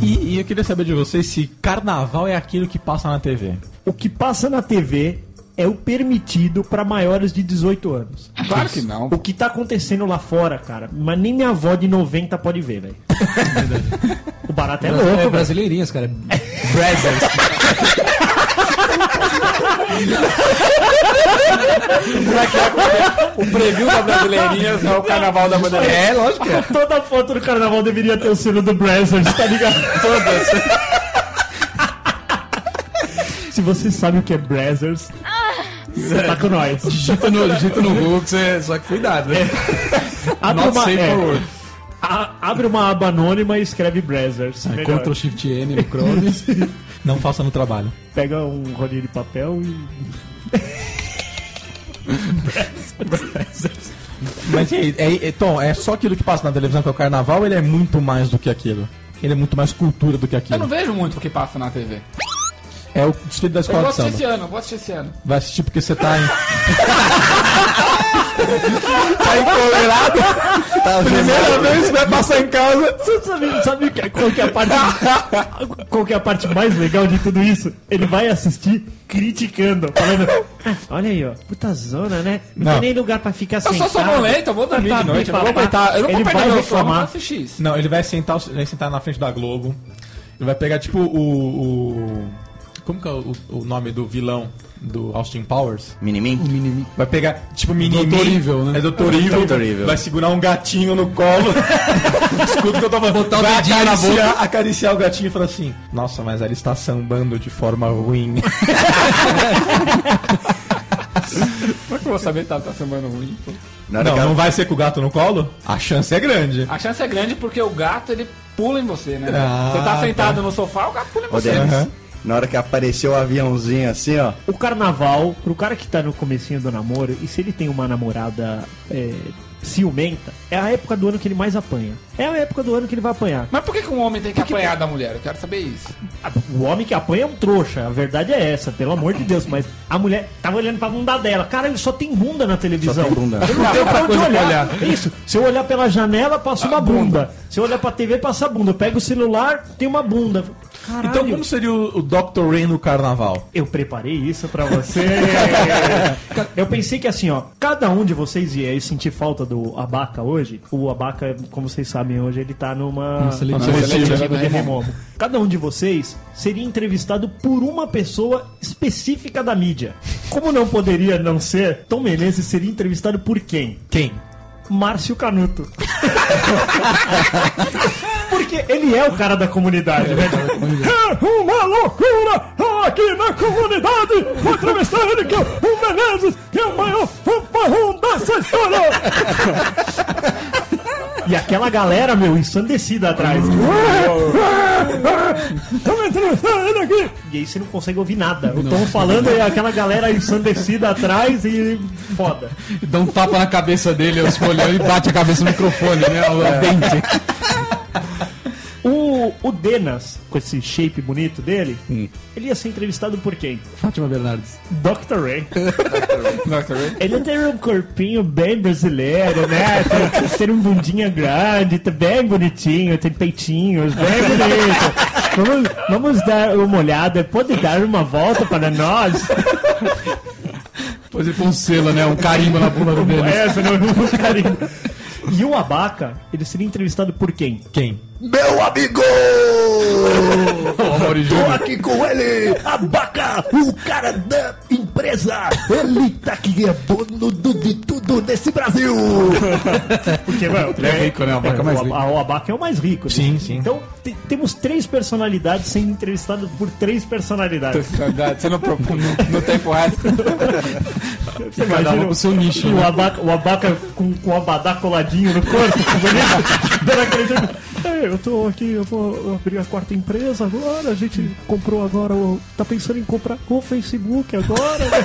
[SPEAKER 1] E, e eu queria saber de vocês se carnaval é aquilo que passa na TV.
[SPEAKER 2] O que passa na TV é o permitido pra maiores de 18 anos.
[SPEAKER 3] Claro que não.
[SPEAKER 2] O que tá acontecendo lá fora, cara, mas nem minha avó de 90 pode ver, velho. o barato é louco,
[SPEAKER 5] É
[SPEAKER 2] velho.
[SPEAKER 5] brasileirinhas, cara.
[SPEAKER 3] O preview da Brasileirinhas é o carnaval da Bandeirinha.
[SPEAKER 5] É, lógico que é.
[SPEAKER 2] Toda foto do carnaval deveria ter o selo do Brazzers, tá ligado? Todas. Se você sabe o que é Brazzers, você tá com nós.
[SPEAKER 5] Digita no, digita no Google, que você, só que cuidado, né?
[SPEAKER 2] Abre
[SPEAKER 5] Not
[SPEAKER 2] uma,
[SPEAKER 5] safe
[SPEAKER 2] é,
[SPEAKER 5] for work.
[SPEAKER 2] a- abre uma aba anônima e escreve Brazzers. Melhor.
[SPEAKER 5] Ctrl Shift N no Chrome.
[SPEAKER 1] Não faça no trabalho.
[SPEAKER 2] Pega um rolinho de papel e.
[SPEAKER 1] Mas e aí, é, é- Tom, é só aquilo que passa na televisão que é o carnaval, ele é muito mais do que aquilo. Ele é muito mais cultura do que
[SPEAKER 3] Eu não
[SPEAKER 1] aquilo.
[SPEAKER 3] vejo muito o que passa na TV.
[SPEAKER 1] É o desfile da
[SPEAKER 3] Eu
[SPEAKER 1] escola
[SPEAKER 3] vou
[SPEAKER 1] de
[SPEAKER 3] assistir
[SPEAKER 1] samba.
[SPEAKER 3] esse ano, eu vou assistir esse ano.
[SPEAKER 1] Vai assistir porque você tá em.
[SPEAKER 6] Tá vendo?
[SPEAKER 1] vez vai passar em casa.
[SPEAKER 2] Você sabe, sabe que- qual, que é a parte, qual que é a parte mais legal de tudo isso? Ele vai assistir criticando, falando: "Ah, Olha aí, ó, puta zona, né? Não,
[SPEAKER 1] Não.
[SPEAKER 2] tem nem lugar pra ficar
[SPEAKER 3] Eu
[SPEAKER 2] sentado.
[SPEAKER 3] sou sonolento, eu vou dormir de noite. Eu não vou aguentar, eu não
[SPEAKER 2] Ele
[SPEAKER 3] vou
[SPEAKER 2] vai
[SPEAKER 3] perder meu sono pra
[SPEAKER 2] reclamar.
[SPEAKER 3] assistir isso.
[SPEAKER 1] Não, ele vai sentar, ele vai sentar na frente da Globo. Ele vai pegar, tipo, o. o- como que é o, o nome do vilão do Austin Powers?
[SPEAKER 6] Minimin?
[SPEAKER 1] Vai pegar, tipo, mini
[SPEAKER 5] É Doutor Evil, né?
[SPEAKER 1] É Doutor Evil.
[SPEAKER 6] Doutor Evil.
[SPEAKER 1] Vai segurar um gatinho no colo. Escuta o que eu tô falando.
[SPEAKER 5] Botar o
[SPEAKER 1] vai
[SPEAKER 5] dedinho na
[SPEAKER 1] acariciar, acariciar o gatinho e falar assim: Nossa, mas ela está sambando de forma ruim.
[SPEAKER 3] Como é que eu vou saber que tá, tá semana ruim? pô?
[SPEAKER 6] Na hora
[SPEAKER 1] Não,
[SPEAKER 6] que ela-
[SPEAKER 1] não vai ser com o gato no colo? A chance é grande.
[SPEAKER 3] A chance é grande porque o gato, ele pula em você, né?
[SPEAKER 1] Ah,
[SPEAKER 3] você tá sentado no sofá, o gato pula em
[SPEAKER 6] Ô,
[SPEAKER 3] você.
[SPEAKER 6] Denis,
[SPEAKER 1] Aham.
[SPEAKER 6] na hora que apareceu o aviãozinho assim, ó.
[SPEAKER 2] O carnaval, pro cara que tá no comecinho do namoro, e se ele tem uma namorada é, ciumenta, é a época do ano que ele mais apanha. É a época do ano que ele vai apanhar.
[SPEAKER 3] Mas por que, que um homem tem que apanhar da mulher? Eu quero saber isso.
[SPEAKER 2] Ah, O homem que apanha é um trouxa, a verdade é essa, pelo amor de Deus. Mas a mulher tava olhando pra bunda dela. Cara, ele só tem bunda na televisão.
[SPEAKER 6] Só tem bunda.
[SPEAKER 2] Eu não tenho pra onde olhar. Ah, Isso, se eu olhar pela janela, passa uma bunda. Se eu olhar pra TV, passa a bunda. Eu pego o celular, tem uma bunda. Caralho.
[SPEAKER 1] Então, como seria o, o Dr. Ray no carnaval?
[SPEAKER 2] Eu preparei isso pra você. Eu pensei que assim, ó, cada um de vocês ia aí sentir falta do Abaca hoje. O Abaca, como vocês sabem hoje, ele tá numa
[SPEAKER 5] Uma seletiva.
[SPEAKER 2] numa
[SPEAKER 5] Uma
[SPEAKER 3] seletiva
[SPEAKER 2] seletiva
[SPEAKER 3] do
[SPEAKER 2] de
[SPEAKER 3] Remomo.
[SPEAKER 2] Remomo. Cada um de vocês seria entrevistado por uma pessoa específica da mídia. Como não poderia não ser, Tom Menezes seria entrevistado por quem?
[SPEAKER 1] Quem?
[SPEAKER 2] Márcio Canuto. Porque ele é o cara da comunidade, né, velho. É uma loucura aqui na comunidade. Vou atravessar ele que é o Menezes, que é o maior fanfarrão dessa história. E aquela galera, meu, ensandecida atrás. É, Vamos atravessar ele aqui. E aí você não consegue ouvir nada. O Tom falando e aquela galera ensandecida atrás e foda.
[SPEAKER 5] Dá um tapa na cabeça dele, os folhões, e bate a cabeça no microfone, né? O dente.
[SPEAKER 2] O, o Denas, com esse shape bonito dele, ele ia ser entrevistado por quem?
[SPEAKER 5] Fátima Bernardes.
[SPEAKER 2] Dr. Ray.
[SPEAKER 5] tá
[SPEAKER 3] Dr. Ray.
[SPEAKER 2] Ele tem um corpinho bem brasileiro, né? Tem, tem um bundinha grande, tá bem bonitinho, tem peitinhos, bem bonito. Vamos, vamos dar uma olhada, pode dar uma volta para nós?
[SPEAKER 5] Depois ele põe um selo, né? Um carimbo na bunda do Denis.
[SPEAKER 2] É, Essa não, não, carinho. E o Abaca, ele seria entrevistado por quem?
[SPEAKER 1] Quem?
[SPEAKER 7] Meu amigo!
[SPEAKER 5] Mauro
[SPEAKER 7] Tô
[SPEAKER 5] Júnior.
[SPEAKER 7] aqui com ele, Abaca, o cara da empresa. Ele tá que é dono do- de tudo nesse Brasil.
[SPEAKER 2] Porque, mano,
[SPEAKER 5] Ele é rico, né? O Abaca é mais
[SPEAKER 2] o-
[SPEAKER 5] rico.
[SPEAKER 2] a- O Abaca é o mais rico. né?
[SPEAKER 1] Sim, sim.
[SPEAKER 2] Então, te- temos três personalidades sendo entrevistadas por três personalidades.
[SPEAKER 3] Você não propõe no, no tempo resto.
[SPEAKER 2] Você
[SPEAKER 5] Cada um
[SPEAKER 2] imagina
[SPEAKER 5] com o seu nicho.
[SPEAKER 2] o- o
[SPEAKER 5] né?
[SPEAKER 2] abaca, o abaca com, com o abadá coladinho no corpo, que bonito, dando aquele jeito. "É, eu tô aqui, eu vou abrir a quarta empresa agora, a gente comprou agora, o- tá pensando em comprar o Facebook agora, né?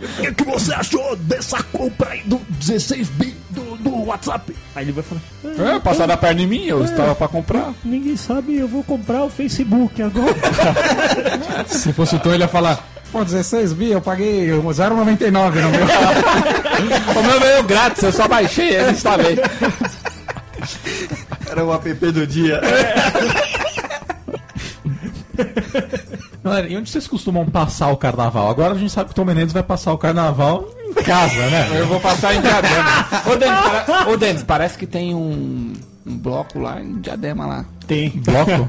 [SPEAKER 7] O que, que você achou dessa compra aí do 16 bi do, do WhatsApp?
[SPEAKER 2] Aí ele vai falar:
[SPEAKER 3] É, passaram a perna em mim, eu estava pra comprar.
[SPEAKER 2] Ninguém sabe, eu vou comprar o Facebook agora.
[SPEAKER 5] Se fosse o Tom, ele ia falar. Pô, 16 bi, eu paguei 0,99 no meu.
[SPEAKER 3] O meu veio grátis, eu só baixei, ele instalei.
[SPEAKER 6] Era o app do dia.
[SPEAKER 1] Galera, e onde vocês costumam passar o carnaval? Agora a gente sabe que o Tom Menezes vai passar o carnaval em casa, né?
[SPEAKER 3] Eu vou passar em Diadema. Ô, Denis, para- ô, Denis, parece que tem um, um bloco lá em Diadema lá.
[SPEAKER 2] Tem.
[SPEAKER 1] Bloco?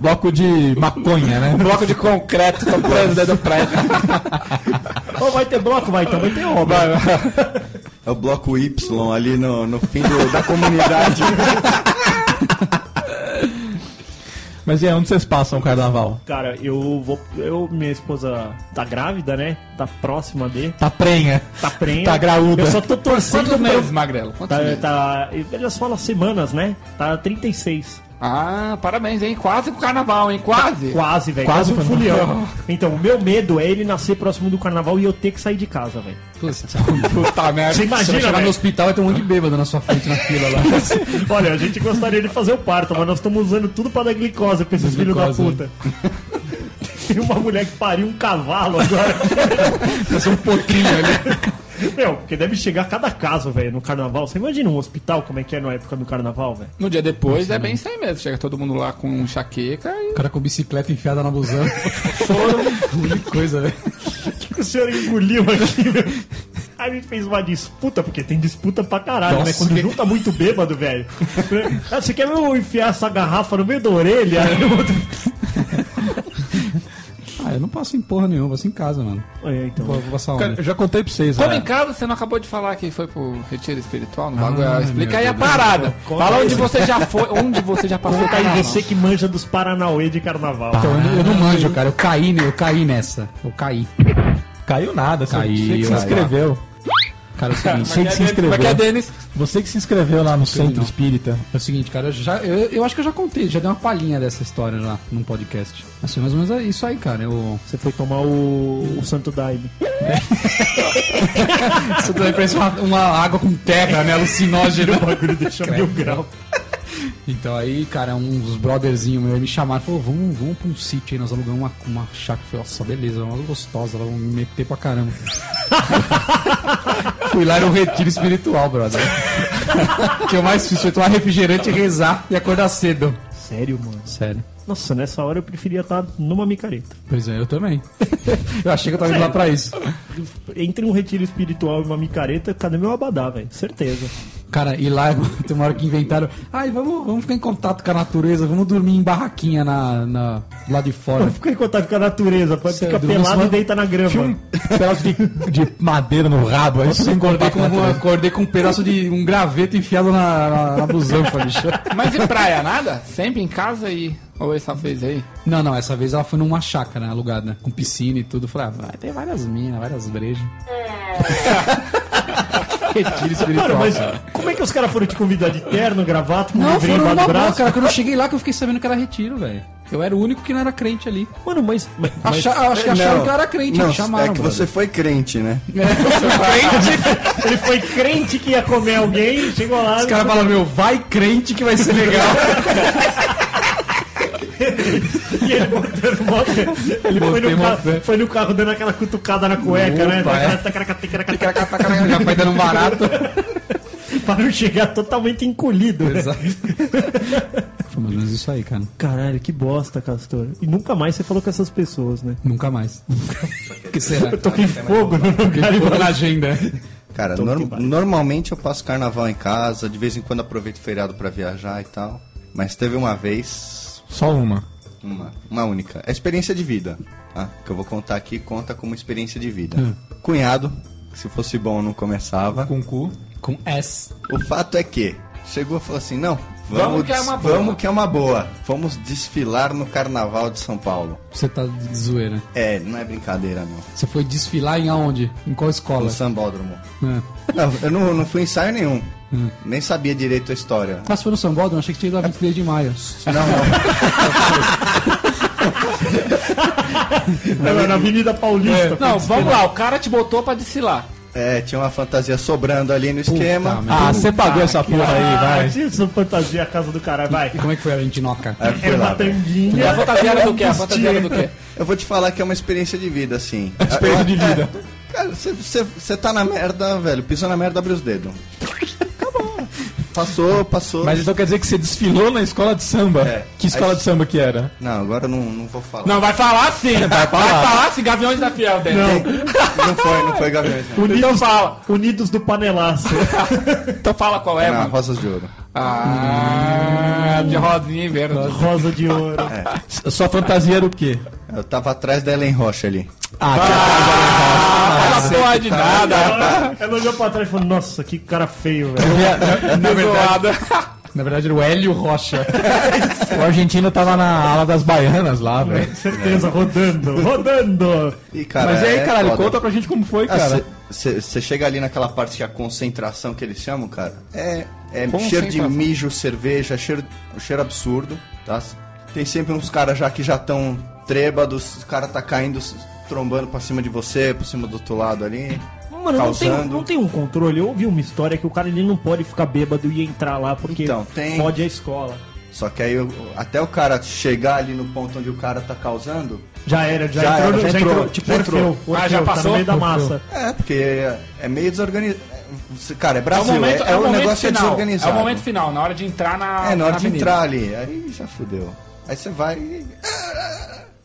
[SPEAKER 1] Bloco de maconha, né?
[SPEAKER 3] Bloco de concreto, tá tô preso dentro do prédio.
[SPEAKER 2] Ou vai ter bloco, vai então, vai ter obra.
[SPEAKER 6] É o bloco Y ali no, no fim do- da comunidade.
[SPEAKER 1] Mas e aí, onde vocês passam o carnaval?
[SPEAKER 2] Cara, eu vou. Eu, minha esposa tá grávida, né? Tá próxima dele.
[SPEAKER 1] Tá prenha.
[SPEAKER 2] Tá prenha.
[SPEAKER 1] Tá graúda.
[SPEAKER 2] Eu só tô torcendo
[SPEAKER 3] Quantos
[SPEAKER 2] pra.
[SPEAKER 3] meses, Magrelo? Quantos
[SPEAKER 2] Tá,
[SPEAKER 3] meses?
[SPEAKER 2] tá, elas falam semanas, né? Tá 36.
[SPEAKER 3] Ah, parabéns, hein? Quase o carnaval, hein? Quase.
[SPEAKER 2] Quase, velho.
[SPEAKER 1] Quase
[SPEAKER 2] Quase um
[SPEAKER 1] foi no-
[SPEAKER 2] fulião. Então, o meu medo é ele nascer próximo do carnaval e eu ter que sair de casa, velho.
[SPEAKER 3] Puta merda.
[SPEAKER 2] Você
[SPEAKER 5] Você vai
[SPEAKER 2] imagina,
[SPEAKER 5] chegar no
[SPEAKER 2] velho?
[SPEAKER 5] hospital e tem um monte de bêbado na sua frente na fila lá.
[SPEAKER 2] Olha, a gente gostaria de fazer o parto, mas nós estamos usando tudo pra dar glicose né? pra esses filhos da puta. Tem uma mulher que pariu um cavalo agora.
[SPEAKER 5] um pouquinho ali.
[SPEAKER 2] Meu, porque deve chegar cada caso, velho, no carnaval. Você imagina um hospital como é que é na época do carnaval, velho?
[SPEAKER 3] No dia depois é bem isso aí mesmo. Chega todo mundo lá com chaqueca e.
[SPEAKER 5] O cara com bicicleta enfiada na blusão. Que coisa, velho.
[SPEAKER 2] que o senhor engoliu aqui, meu? Aí me fez uma disputa, porque tem disputa pra caralho, né? Quando junta muito bêbado, velho. Ah, Você quer eu enfiar essa garrafa no meio da orelha? Aí o outro-
[SPEAKER 5] Ah, eu não passo em porra nenhuma, vou assim em casa, mano.
[SPEAKER 2] É, então.
[SPEAKER 5] Vou, vou passar
[SPEAKER 1] Cara,
[SPEAKER 5] onde?
[SPEAKER 1] eu já contei pra vocês,
[SPEAKER 3] Como
[SPEAKER 1] né?
[SPEAKER 3] em casa, você não acabou de falar que foi pro retiro espiritual no bagulho? Explica aí a parada. Fala onde você já foi, onde você já passou o
[SPEAKER 2] Conta aí
[SPEAKER 3] carnaval.
[SPEAKER 2] você que manja dos Paranauê de carnaval.
[SPEAKER 5] Então, eu, não- eu não manjo, cara. Eu caí, ne- eu caí nessa. Eu caí.
[SPEAKER 1] Caiu nada, você-
[SPEAKER 5] Caiu,
[SPEAKER 1] você que se
[SPEAKER 5] caiu.
[SPEAKER 1] inscreveu.
[SPEAKER 5] Cara, é o seguinte.
[SPEAKER 1] Você que se
[SPEAKER 3] Como é que é,
[SPEAKER 1] inscreveu.
[SPEAKER 3] Denis?
[SPEAKER 1] Você que se inscreveu lá no Centro Espírita.
[SPEAKER 5] É o seguinte, cara, eu, já, eu, eu acho que eu já contei, já dei uma palhinha dessa história lá num podcast. Assim, mais ou menos é isso aí, cara. Eu...
[SPEAKER 2] Você foi tomar o, o Santo Daime.
[SPEAKER 5] Isso daí parece uma, uma água com terra, né? Alucinógeno.
[SPEAKER 2] O bagulho deixou mil grau.
[SPEAKER 5] Então aí, cara, uns brotherzinhos meus me chamaram e falou, vamos, vamos pra um sítio aí, nós alugamos uma, uma chácara. Eu falei, nossa, beleza, uma gostosa, vamos me meter pra caramba. Fui lá era um retiro espiritual, brother. o que eu mais fiz foi tomar refrigerante, rezar e acordar cedo.
[SPEAKER 2] Sério, mano.
[SPEAKER 5] Sério.
[SPEAKER 2] Nossa, nessa hora eu preferia estar numa micareta.
[SPEAKER 5] Pois é, eu também. eu achei que eu tava indo lá pra isso.
[SPEAKER 2] Entre um retiro espiritual e uma micareta, cadê meu abadá, velho? Certeza.
[SPEAKER 5] Cara, e lá tem uma hora que inventaram. Ai, vamos, vamos ficar em contato com a natureza, vamos dormir em barraquinha na, na, lá de fora.
[SPEAKER 2] Fica em contato com a natureza, pode
[SPEAKER 5] Sério,
[SPEAKER 2] ficar
[SPEAKER 5] dormi
[SPEAKER 2] pelado
[SPEAKER 5] só-
[SPEAKER 2] e deita na grama.
[SPEAKER 5] um
[SPEAKER 1] Pedaço de, de madeira no rabo. Aí você engordou
[SPEAKER 5] Acordei
[SPEAKER 1] com
[SPEAKER 5] com, um,
[SPEAKER 1] uma...
[SPEAKER 5] acordei com um pedaço de um graveto enfiado na, na, na busanfa, bicho.
[SPEAKER 3] Mas e praia, nada? Sempre em casa e. Ou essa vez aí?
[SPEAKER 5] Não, não, essa vez ela foi numa chácara né, alugada, com piscina e tudo. Eu Falei, ah, vai, tem várias minas, várias brejas. Retiro
[SPEAKER 2] Cara,
[SPEAKER 5] espiritual.
[SPEAKER 2] mas
[SPEAKER 5] cara.
[SPEAKER 2] como é que os caras foram te convidar de terno, gravata, com
[SPEAKER 5] Não,
[SPEAKER 2] livrinho
[SPEAKER 5] foram
[SPEAKER 2] embaixo
[SPEAKER 5] numa
[SPEAKER 2] do
[SPEAKER 5] boa,
[SPEAKER 2] braço?
[SPEAKER 5] cara. Quando eu cheguei lá que eu fiquei sabendo que era retiro, velho. Eu era o único que não era crente ali.
[SPEAKER 2] Mano, mas. mas-
[SPEAKER 5] Acha- ah, acho que acharam que É eu era crente,
[SPEAKER 6] não,
[SPEAKER 5] me chamaram.
[SPEAKER 6] É que
[SPEAKER 5] brother.
[SPEAKER 6] você foi crente, né?
[SPEAKER 2] Ele foi crente que ia comer alguém, chegou lá.
[SPEAKER 5] Os caras falam, meu, vai crente que vai ser legal.
[SPEAKER 2] E ele botando mó fé. Ele foi
[SPEAKER 5] Botei
[SPEAKER 2] no,
[SPEAKER 5] mó
[SPEAKER 2] carro,
[SPEAKER 5] fé.
[SPEAKER 2] foi no carro dando aquela cutucada na cueca, né?
[SPEAKER 5] Opa, é.
[SPEAKER 2] Tacaraca, tacaraca,
[SPEAKER 5] Cara,
[SPEAKER 2] tacaraca,
[SPEAKER 5] cara, cara, cara, Já vai dando um barato.
[SPEAKER 2] Pra não chegar totalmente encolhido. né?
[SPEAKER 5] Foi mais ou menos é isso aí, cara.
[SPEAKER 2] Caralho, que bosta, Castor. E nunca mais você falou com essas pessoas, né?
[SPEAKER 5] Nunca mais. O que será?
[SPEAKER 2] Eu toquei fogo né? no lugar e
[SPEAKER 5] Ficou na agenda.
[SPEAKER 6] Cara, norm- normalmente eu passo carnaval em casa, de vez em quando aproveito o feriado pra viajar e tal. Mas teve uma vez,
[SPEAKER 1] Só uma.
[SPEAKER 6] uma, uma única. É experiência de vida, tá? Que eu vou contar aqui, conta como experiência de vida. Cunhado, que se fosse bom não começava.
[SPEAKER 1] Com cu.
[SPEAKER 5] Com S.
[SPEAKER 6] O fato é que chegou e falou assim: não, vamos,
[SPEAKER 3] Vamos que é
[SPEAKER 6] des-
[SPEAKER 3] uma boa."
[SPEAKER 6] vamos que é uma boa. Vamos desfilar no carnaval de São Paulo.
[SPEAKER 5] Você tá de zoeira.
[SPEAKER 6] É, não é brincadeira, não.
[SPEAKER 5] Você foi desfilar em aonde? Em qual escola?
[SPEAKER 6] No sambódromo.
[SPEAKER 5] É.
[SPEAKER 6] Não, eu não, não fui em ensaio nenhum. Nem sabia direito a história.
[SPEAKER 5] Ah, você foi no São Baldwin? Achei que tinha ido lá 23 de maio.
[SPEAKER 6] Não, não.
[SPEAKER 2] Não, na Avenida Paulista.
[SPEAKER 3] Não, vamos lá, o cara te botou pra desfilar.
[SPEAKER 6] É, tinha uma fantasia sobrando ali no esquema.
[SPEAKER 1] Ah, você pagou essa
[SPEAKER 3] é
[SPEAKER 1] porra aí, vai.
[SPEAKER 2] Isso, fantasia, casa do caralho, vai.
[SPEAKER 5] E como é que foi a Lindinoca?
[SPEAKER 6] Aí eu fui
[SPEAKER 2] Era
[SPEAKER 6] lá,
[SPEAKER 2] uma
[SPEAKER 6] velho.
[SPEAKER 3] E
[SPEAKER 2] tanguinha.
[SPEAKER 3] a fantasia era do quê? A fantasia era do quê?
[SPEAKER 6] Eu vou te falar que é uma experiência de vida, assim.
[SPEAKER 1] Experiência de vida.
[SPEAKER 6] É, cara, você tá na merda, velho. Pisou na merda, abre os dedos. Acabou. Passou, passou.
[SPEAKER 1] Mas então quer dizer que você desfilou na escola de samba?
[SPEAKER 6] É.
[SPEAKER 1] Que escola
[SPEAKER 6] Aí-
[SPEAKER 1] de samba que era?
[SPEAKER 6] Não, agora eu não, não vou falar.
[SPEAKER 3] Não, vai falar sim. Vai falar, sim, Gaviões da Fiel, Débora.
[SPEAKER 6] Não foi, não foi Gaviões, não.
[SPEAKER 2] Unidos,
[SPEAKER 5] Então
[SPEAKER 2] Unidos do panelaço.
[SPEAKER 3] Então fala qual é,
[SPEAKER 6] Não,
[SPEAKER 3] mano.
[SPEAKER 6] Rosas de Ouro.
[SPEAKER 3] Ah, de rosinha e verde.
[SPEAKER 2] Rosa de ouro.
[SPEAKER 6] É.
[SPEAKER 1] S- Sua fantasia era o quê?
[SPEAKER 6] Eu tava atrás da Ellen Rocha ali.
[SPEAKER 3] Ela porra é de nada.
[SPEAKER 2] Ela, ela olhou pra trás e falou, nossa, que cara feio, velho.
[SPEAKER 3] Na verdade, é
[SPEAKER 5] Na verdade era o Hélio Rocha.
[SPEAKER 1] O argentino tava na ala das baianas lá, velho.
[SPEAKER 2] Certeza, rodando, rodando.
[SPEAKER 6] E, cara,
[SPEAKER 1] Mas e aí,
[SPEAKER 6] é
[SPEAKER 1] caralho,
[SPEAKER 6] foda.
[SPEAKER 1] conta pra gente como foi,
[SPEAKER 6] Ah,
[SPEAKER 2] Assim,
[SPEAKER 1] cara.
[SPEAKER 6] Você chega ali naquela parte que é a concentração que eles chamam, cara, é, é
[SPEAKER 3] Concentração.
[SPEAKER 6] cheiro de mijo, cerveja, cheiro, um cheiro absurdo, tá? Tem sempre uns caras já que já estão trêbados, os caras tá caindo, s- trombando pra cima de você, por cima do outro lado ali.
[SPEAKER 2] Mano, não tem,
[SPEAKER 6] causando.
[SPEAKER 2] não tem um controle. Eu ouvi uma história que o cara ele não pode ficar bêbado e entrar lá porque
[SPEAKER 6] Então, tem-
[SPEAKER 2] fode a escola.
[SPEAKER 6] Só que aí, eu- até o cara chegar ali no ponto onde o cara tá causando,
[SPEAKER 2] Já era, já,
[SPEAKER 6] Já
[SPEAKER 2] entrou,
[SPEAKER 6] era, já
[SPEAKER 2] já
[SPEAKER 6] entrou,
[SPEAKER 2] entrou, tipo
[SPEAKER 6] já entrou.
[SPEAKER 2] Orfeu, Orfeu,
[SPEAKER 3] Ah, já
[SPEAKER 2] tá
[SPEAKER 3] passou?
[SPEAKER 2] no meio da
[SPEAKER 3] Orfeu.
[SPEAKER 2] massa.
[SPEAKER 6] é, porque é, é meio desorganizado. Cara, é
[SPEAKER 3] é o
[SPEAKER 6] Brasil, é,
[SPEAKER 3] momento,
[SPEAKER 6] é
[SPEAKER 3] é o
[SPEAKER 6] um
[SPEAKER 3] momento
[SPEAKER 6] negócio é
[SPEAKER 3] final. É
[SPEAKER 6] desorganizado.
[SPEAKER 3] o momento final, na hora de entrar na.
[SPEAKER 6] É, na hora de
[SPEAKER 3] avenida.
[SPEAKER 6] entrar ali, aí já fudeu. Aí você vai e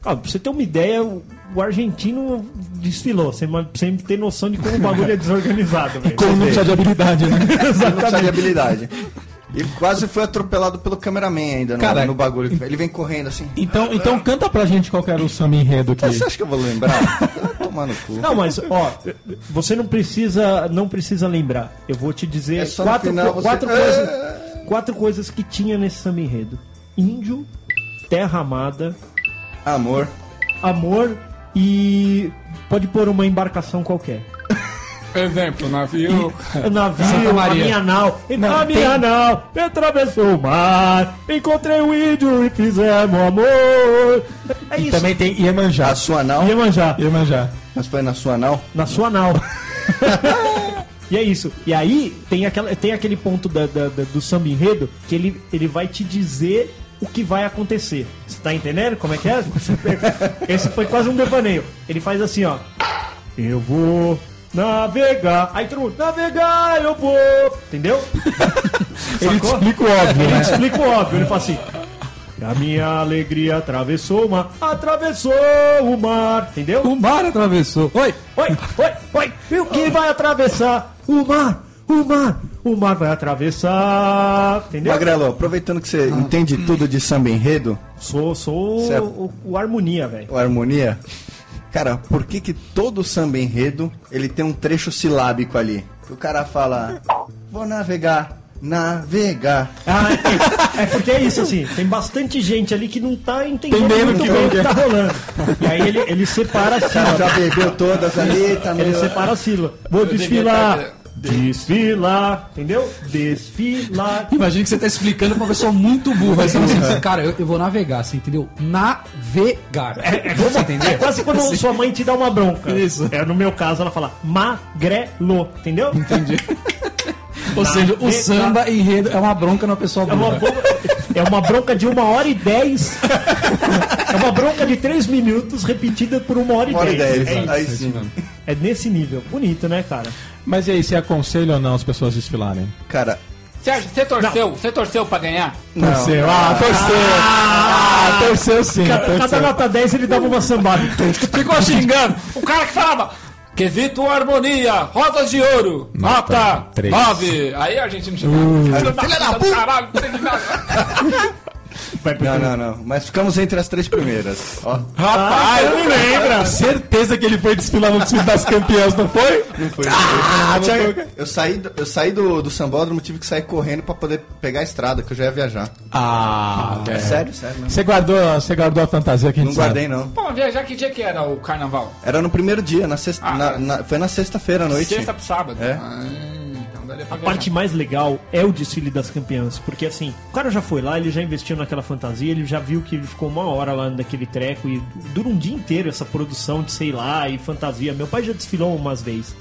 [SPEAKER 2] Ah, pra você ter uma ideia, o o argentino desfilou, sem, ma- sem ter noção de como o bagulho é desorganizado, velho.
[SPEAKER 1] Como não precisa de habilidade, né?
[SPEAKER 6] Ele não precisa de habilidade. E quase foi atropelado pelo cameraman ainda no,
[SPEAKER 1] Cara,
[SPEAKER 6] no bagulho. Ele vem correndo assim. "Ah,
[SPEAKER 1] Então, então canta pra gente qual que era o samba enredo aqui.
[SPEAKER 6] Você acha que eu vou lembrar? Vai Tomar no cu.
[SPEAKER 2] Não, mas ó, você não precisa, não precisa lembrar. Eu vou te dizer
[SPEAKER 6] É só no
[SPEAKER 2] quatro, co-
[SPEAKER 6] final você-
[SPEAKER 2] quatro,
[SPEAKER 6] É.
[SPEAKER 2] coisas, quatro coisas que tinha nesse samba enredo: índio, terra amada,
[SPEAKER 6] Ah, Amor.
[SPEAKER 2] amor e pode pôr uma embarcação qualquer.
[SPEAKER 3] Exemplo, navio.
[SPEAKER 2] O Navio, a
[SPEAKER 5] Maria.
[SPEAKER 2] minha nau, a minha nau, atravessou o mar, encontrei o índio e fizemos amor. É isso.
[SPEAKER 1] Também tem Iemanjá.
[SPEAKER 6] A sua não.
[SPEAKER 2] Ia manjar.
[SPEAKER 1] Iemanjá.
[SPEAKER 6] Mas foi na sua não.
[SPEAKER 2] Na sua nau. e é isso. E aí tem, aquela, tem aquele ponto da- da- da- do samba enredo que ele, ele vai te dizer o que vai acontecer. Você tá entendendo como é que é? Você pega- Esse foi quase um devaneio. Ele faz assim, ó. Eu vou navegar. Aí tu navegar eu vou. Entendeu?
[SPEAKER 1] Ele te explica o óbvio,
[SPEAKER 2] Ele
[SPEAKER 1] né?
[SPEAKER 2] explica o óbvio, ele fala assim. A minha alegria atravessou o mar, atravessou o mar, entendeu?
[SPEAKER 5] O mar atravessou. Oi!
[SPEAKER 2] Oi, oi, oi! E o que vai atravessar? O mar! O mar! O mar vai atravessar! Entendeu? Ah.
[SPEAKER 6] Magrelo, aproveitando que você entende tudo de samba enredo,
[SPEAKER 2] Sou, sou
[SPEAKER 6] Certo.
[SPEAKER 2] o, o harmonia, velho.
[SPEAKER 6] ou harmonia. Cara, por que que todo samba enredo ele tem um trecho silábico ali? O cara fala, vou navegar, navegar.
[SPEAKER 2] Ah, é, é porque é isso assim, tem bastante gente ali que não tá entendendo muito bem o que tá rolando. E aí ele, ele separa a
[SPEAKER 6] O cara
[SPEAKER 2] sílaba.
[SPEAKER 6] já bebeu todas ali, tá
[SPEAKER 2] Ele
[SPEAKER 6] meio...
[SPEAKER 2] separa a sílaba. Vou desfilar! Desfilar, entendeu? Desfilar.
[SPEAKER 5] Imagina que você tá explicando pra uma pessoa muito burra.
[SPEAKER 2] Uhum.
[SPEAKER 5] Aí você fala assim, cara, eu, eu vou navegar, você entendeu? Navegar. Você
[SPEAKER 2] É
[SPEAKER 5] entendeu?
[SPEAKER 2] quase quando sua mãe te dá uma bronca.
[SPEAKER 5] Isso.
[SPEAKER 2] É, no meu caso, ela fala magrelo, entendeu?
[SPEAKER 5] Ou seja, o
[SPEAKER 2] Navegar.
[SPEAKER 5] samba enredo é uma bronca numa pessoa
[SPEAKER 2] É uma,
[SPEAKER 5] burra.
[SPEAKER 2] bronca, é uma bronca de uma hora e dez. É uma bronca de três minutos repetida por uma hora e
[SPEAKER 6] Uma hora e
[SPEAKER 2] dez.
[SPEAKER 6] dez,
[SPEAKER 2] É, isso.
[SPEAKER 6] aí sim.
[SPEAKER 2] É nesse nível. Bonito, né, cara?
[SPEAKER 1] Mas e aí, você aconselha ou não as pessoas desfilarem?
[SPEAKER 6] Cara,
[SPEAKER 3] Você, você torceu? Você torceu pra ganhar?
[SPEAKER 6] não.
[SPEAKER 1] Ah, torceu! Ah, torceu sim,
[SPEAKER 6] Tá
[SPEAKER 2] Cada, cada nota 10 ele dava uma Então, sambada.
[SPEAKER 3] Ficou xingando. O cara que falava. Quesito harmonia, rosas de ouro, nota
[SPEAKER 1] três.
[SPEAKER 3] 9. Aí a gente não chegava. Filha da puta! Caralho, não tem nada.
[SPEAKER 6] Não, não, não. Mas ficamos entre as três primeiras. Ó,
[SPEAKER 3] Rapaz, eu não lembro.
[SPEAKER 1] Certeza que ele foi desfilar no desfile das campeãs, não foi?
[SPEAKER 6] não foi. eu, eu saí, do- eu saí do, do sambódromo, tive que sair correndo pra poder pegar a estrada, que eu já ia viajar.
[SPEAKER 1] Ah,
[SPEAKER 6] É sério, sério mesmo.
[SPEAKER 1] Você guardou, você guardou a fantasia que a gente
[SPEAKER 6] Não guardei, não.
[SPEAKER 3] Pô, viajar que dia que era o carnaval?
[SPEAKER 6] Era no primeiro dia, na sexta,
[SPEAKER 3] Ah,
[SPEAKER 6] na-
[SPEAKER 3] é.
[SPEAKER 6] na- foi na sexta-feira à noite.
[SPEAKER 3] Sexta pro sábado.
[SPEAKER 6] É.
[SPEAKER 3] Ah, então daria pra
[SPEAKER 2] A parte mais legal é o desfile das campeãs, porque assim, o cara já foi lá, ele já investiu naquela fantasia, ele já viu que ele ficou uma hora lá naquele treco e dura um dia inteiro essa produção de sei lá e fantasia. Meu pai já desfilou umas vezes.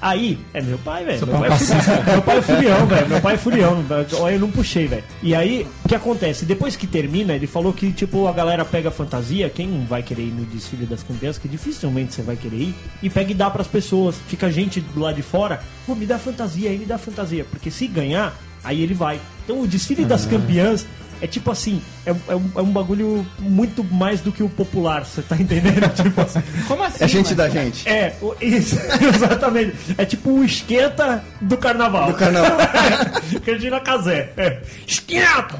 [SPEAKER 2] Aí, é meu pai, velho. Meu, pai é furião. meu pai é furião, velho. Meu pai é furião. Olha, eu não puxei, velho. E aí, o que acontece? Depois que termina, ele falou que, tipo, a galera pega a fantasia, quem vai querer ir no desfile das campeãs, que dificilmente você vai querer ir, e pega e dá pras pessoas. Fica gente do lado de fora, pô, me dá fantasia aí, me dá fantasia. Porque se ganhar, aí ele vai. Então o desfile das campeãs é tipo assim, é, é um, é um bagulho muito mais do que o popular, você tá entendendo? tipo assim.
[SPEAKER 3] Como assim?
[SPEAKER 6] É gente
[SPEAKER 3] mano?
[SPEAKER 6] da gente.
[SPEAKER 2] É, o- isso, exatamente. É tipo o esquenta do carnaval. Do
[SPEAKER 6] Carnaval.
[SPEAKER 2] Regina Casé. É. Esquenta!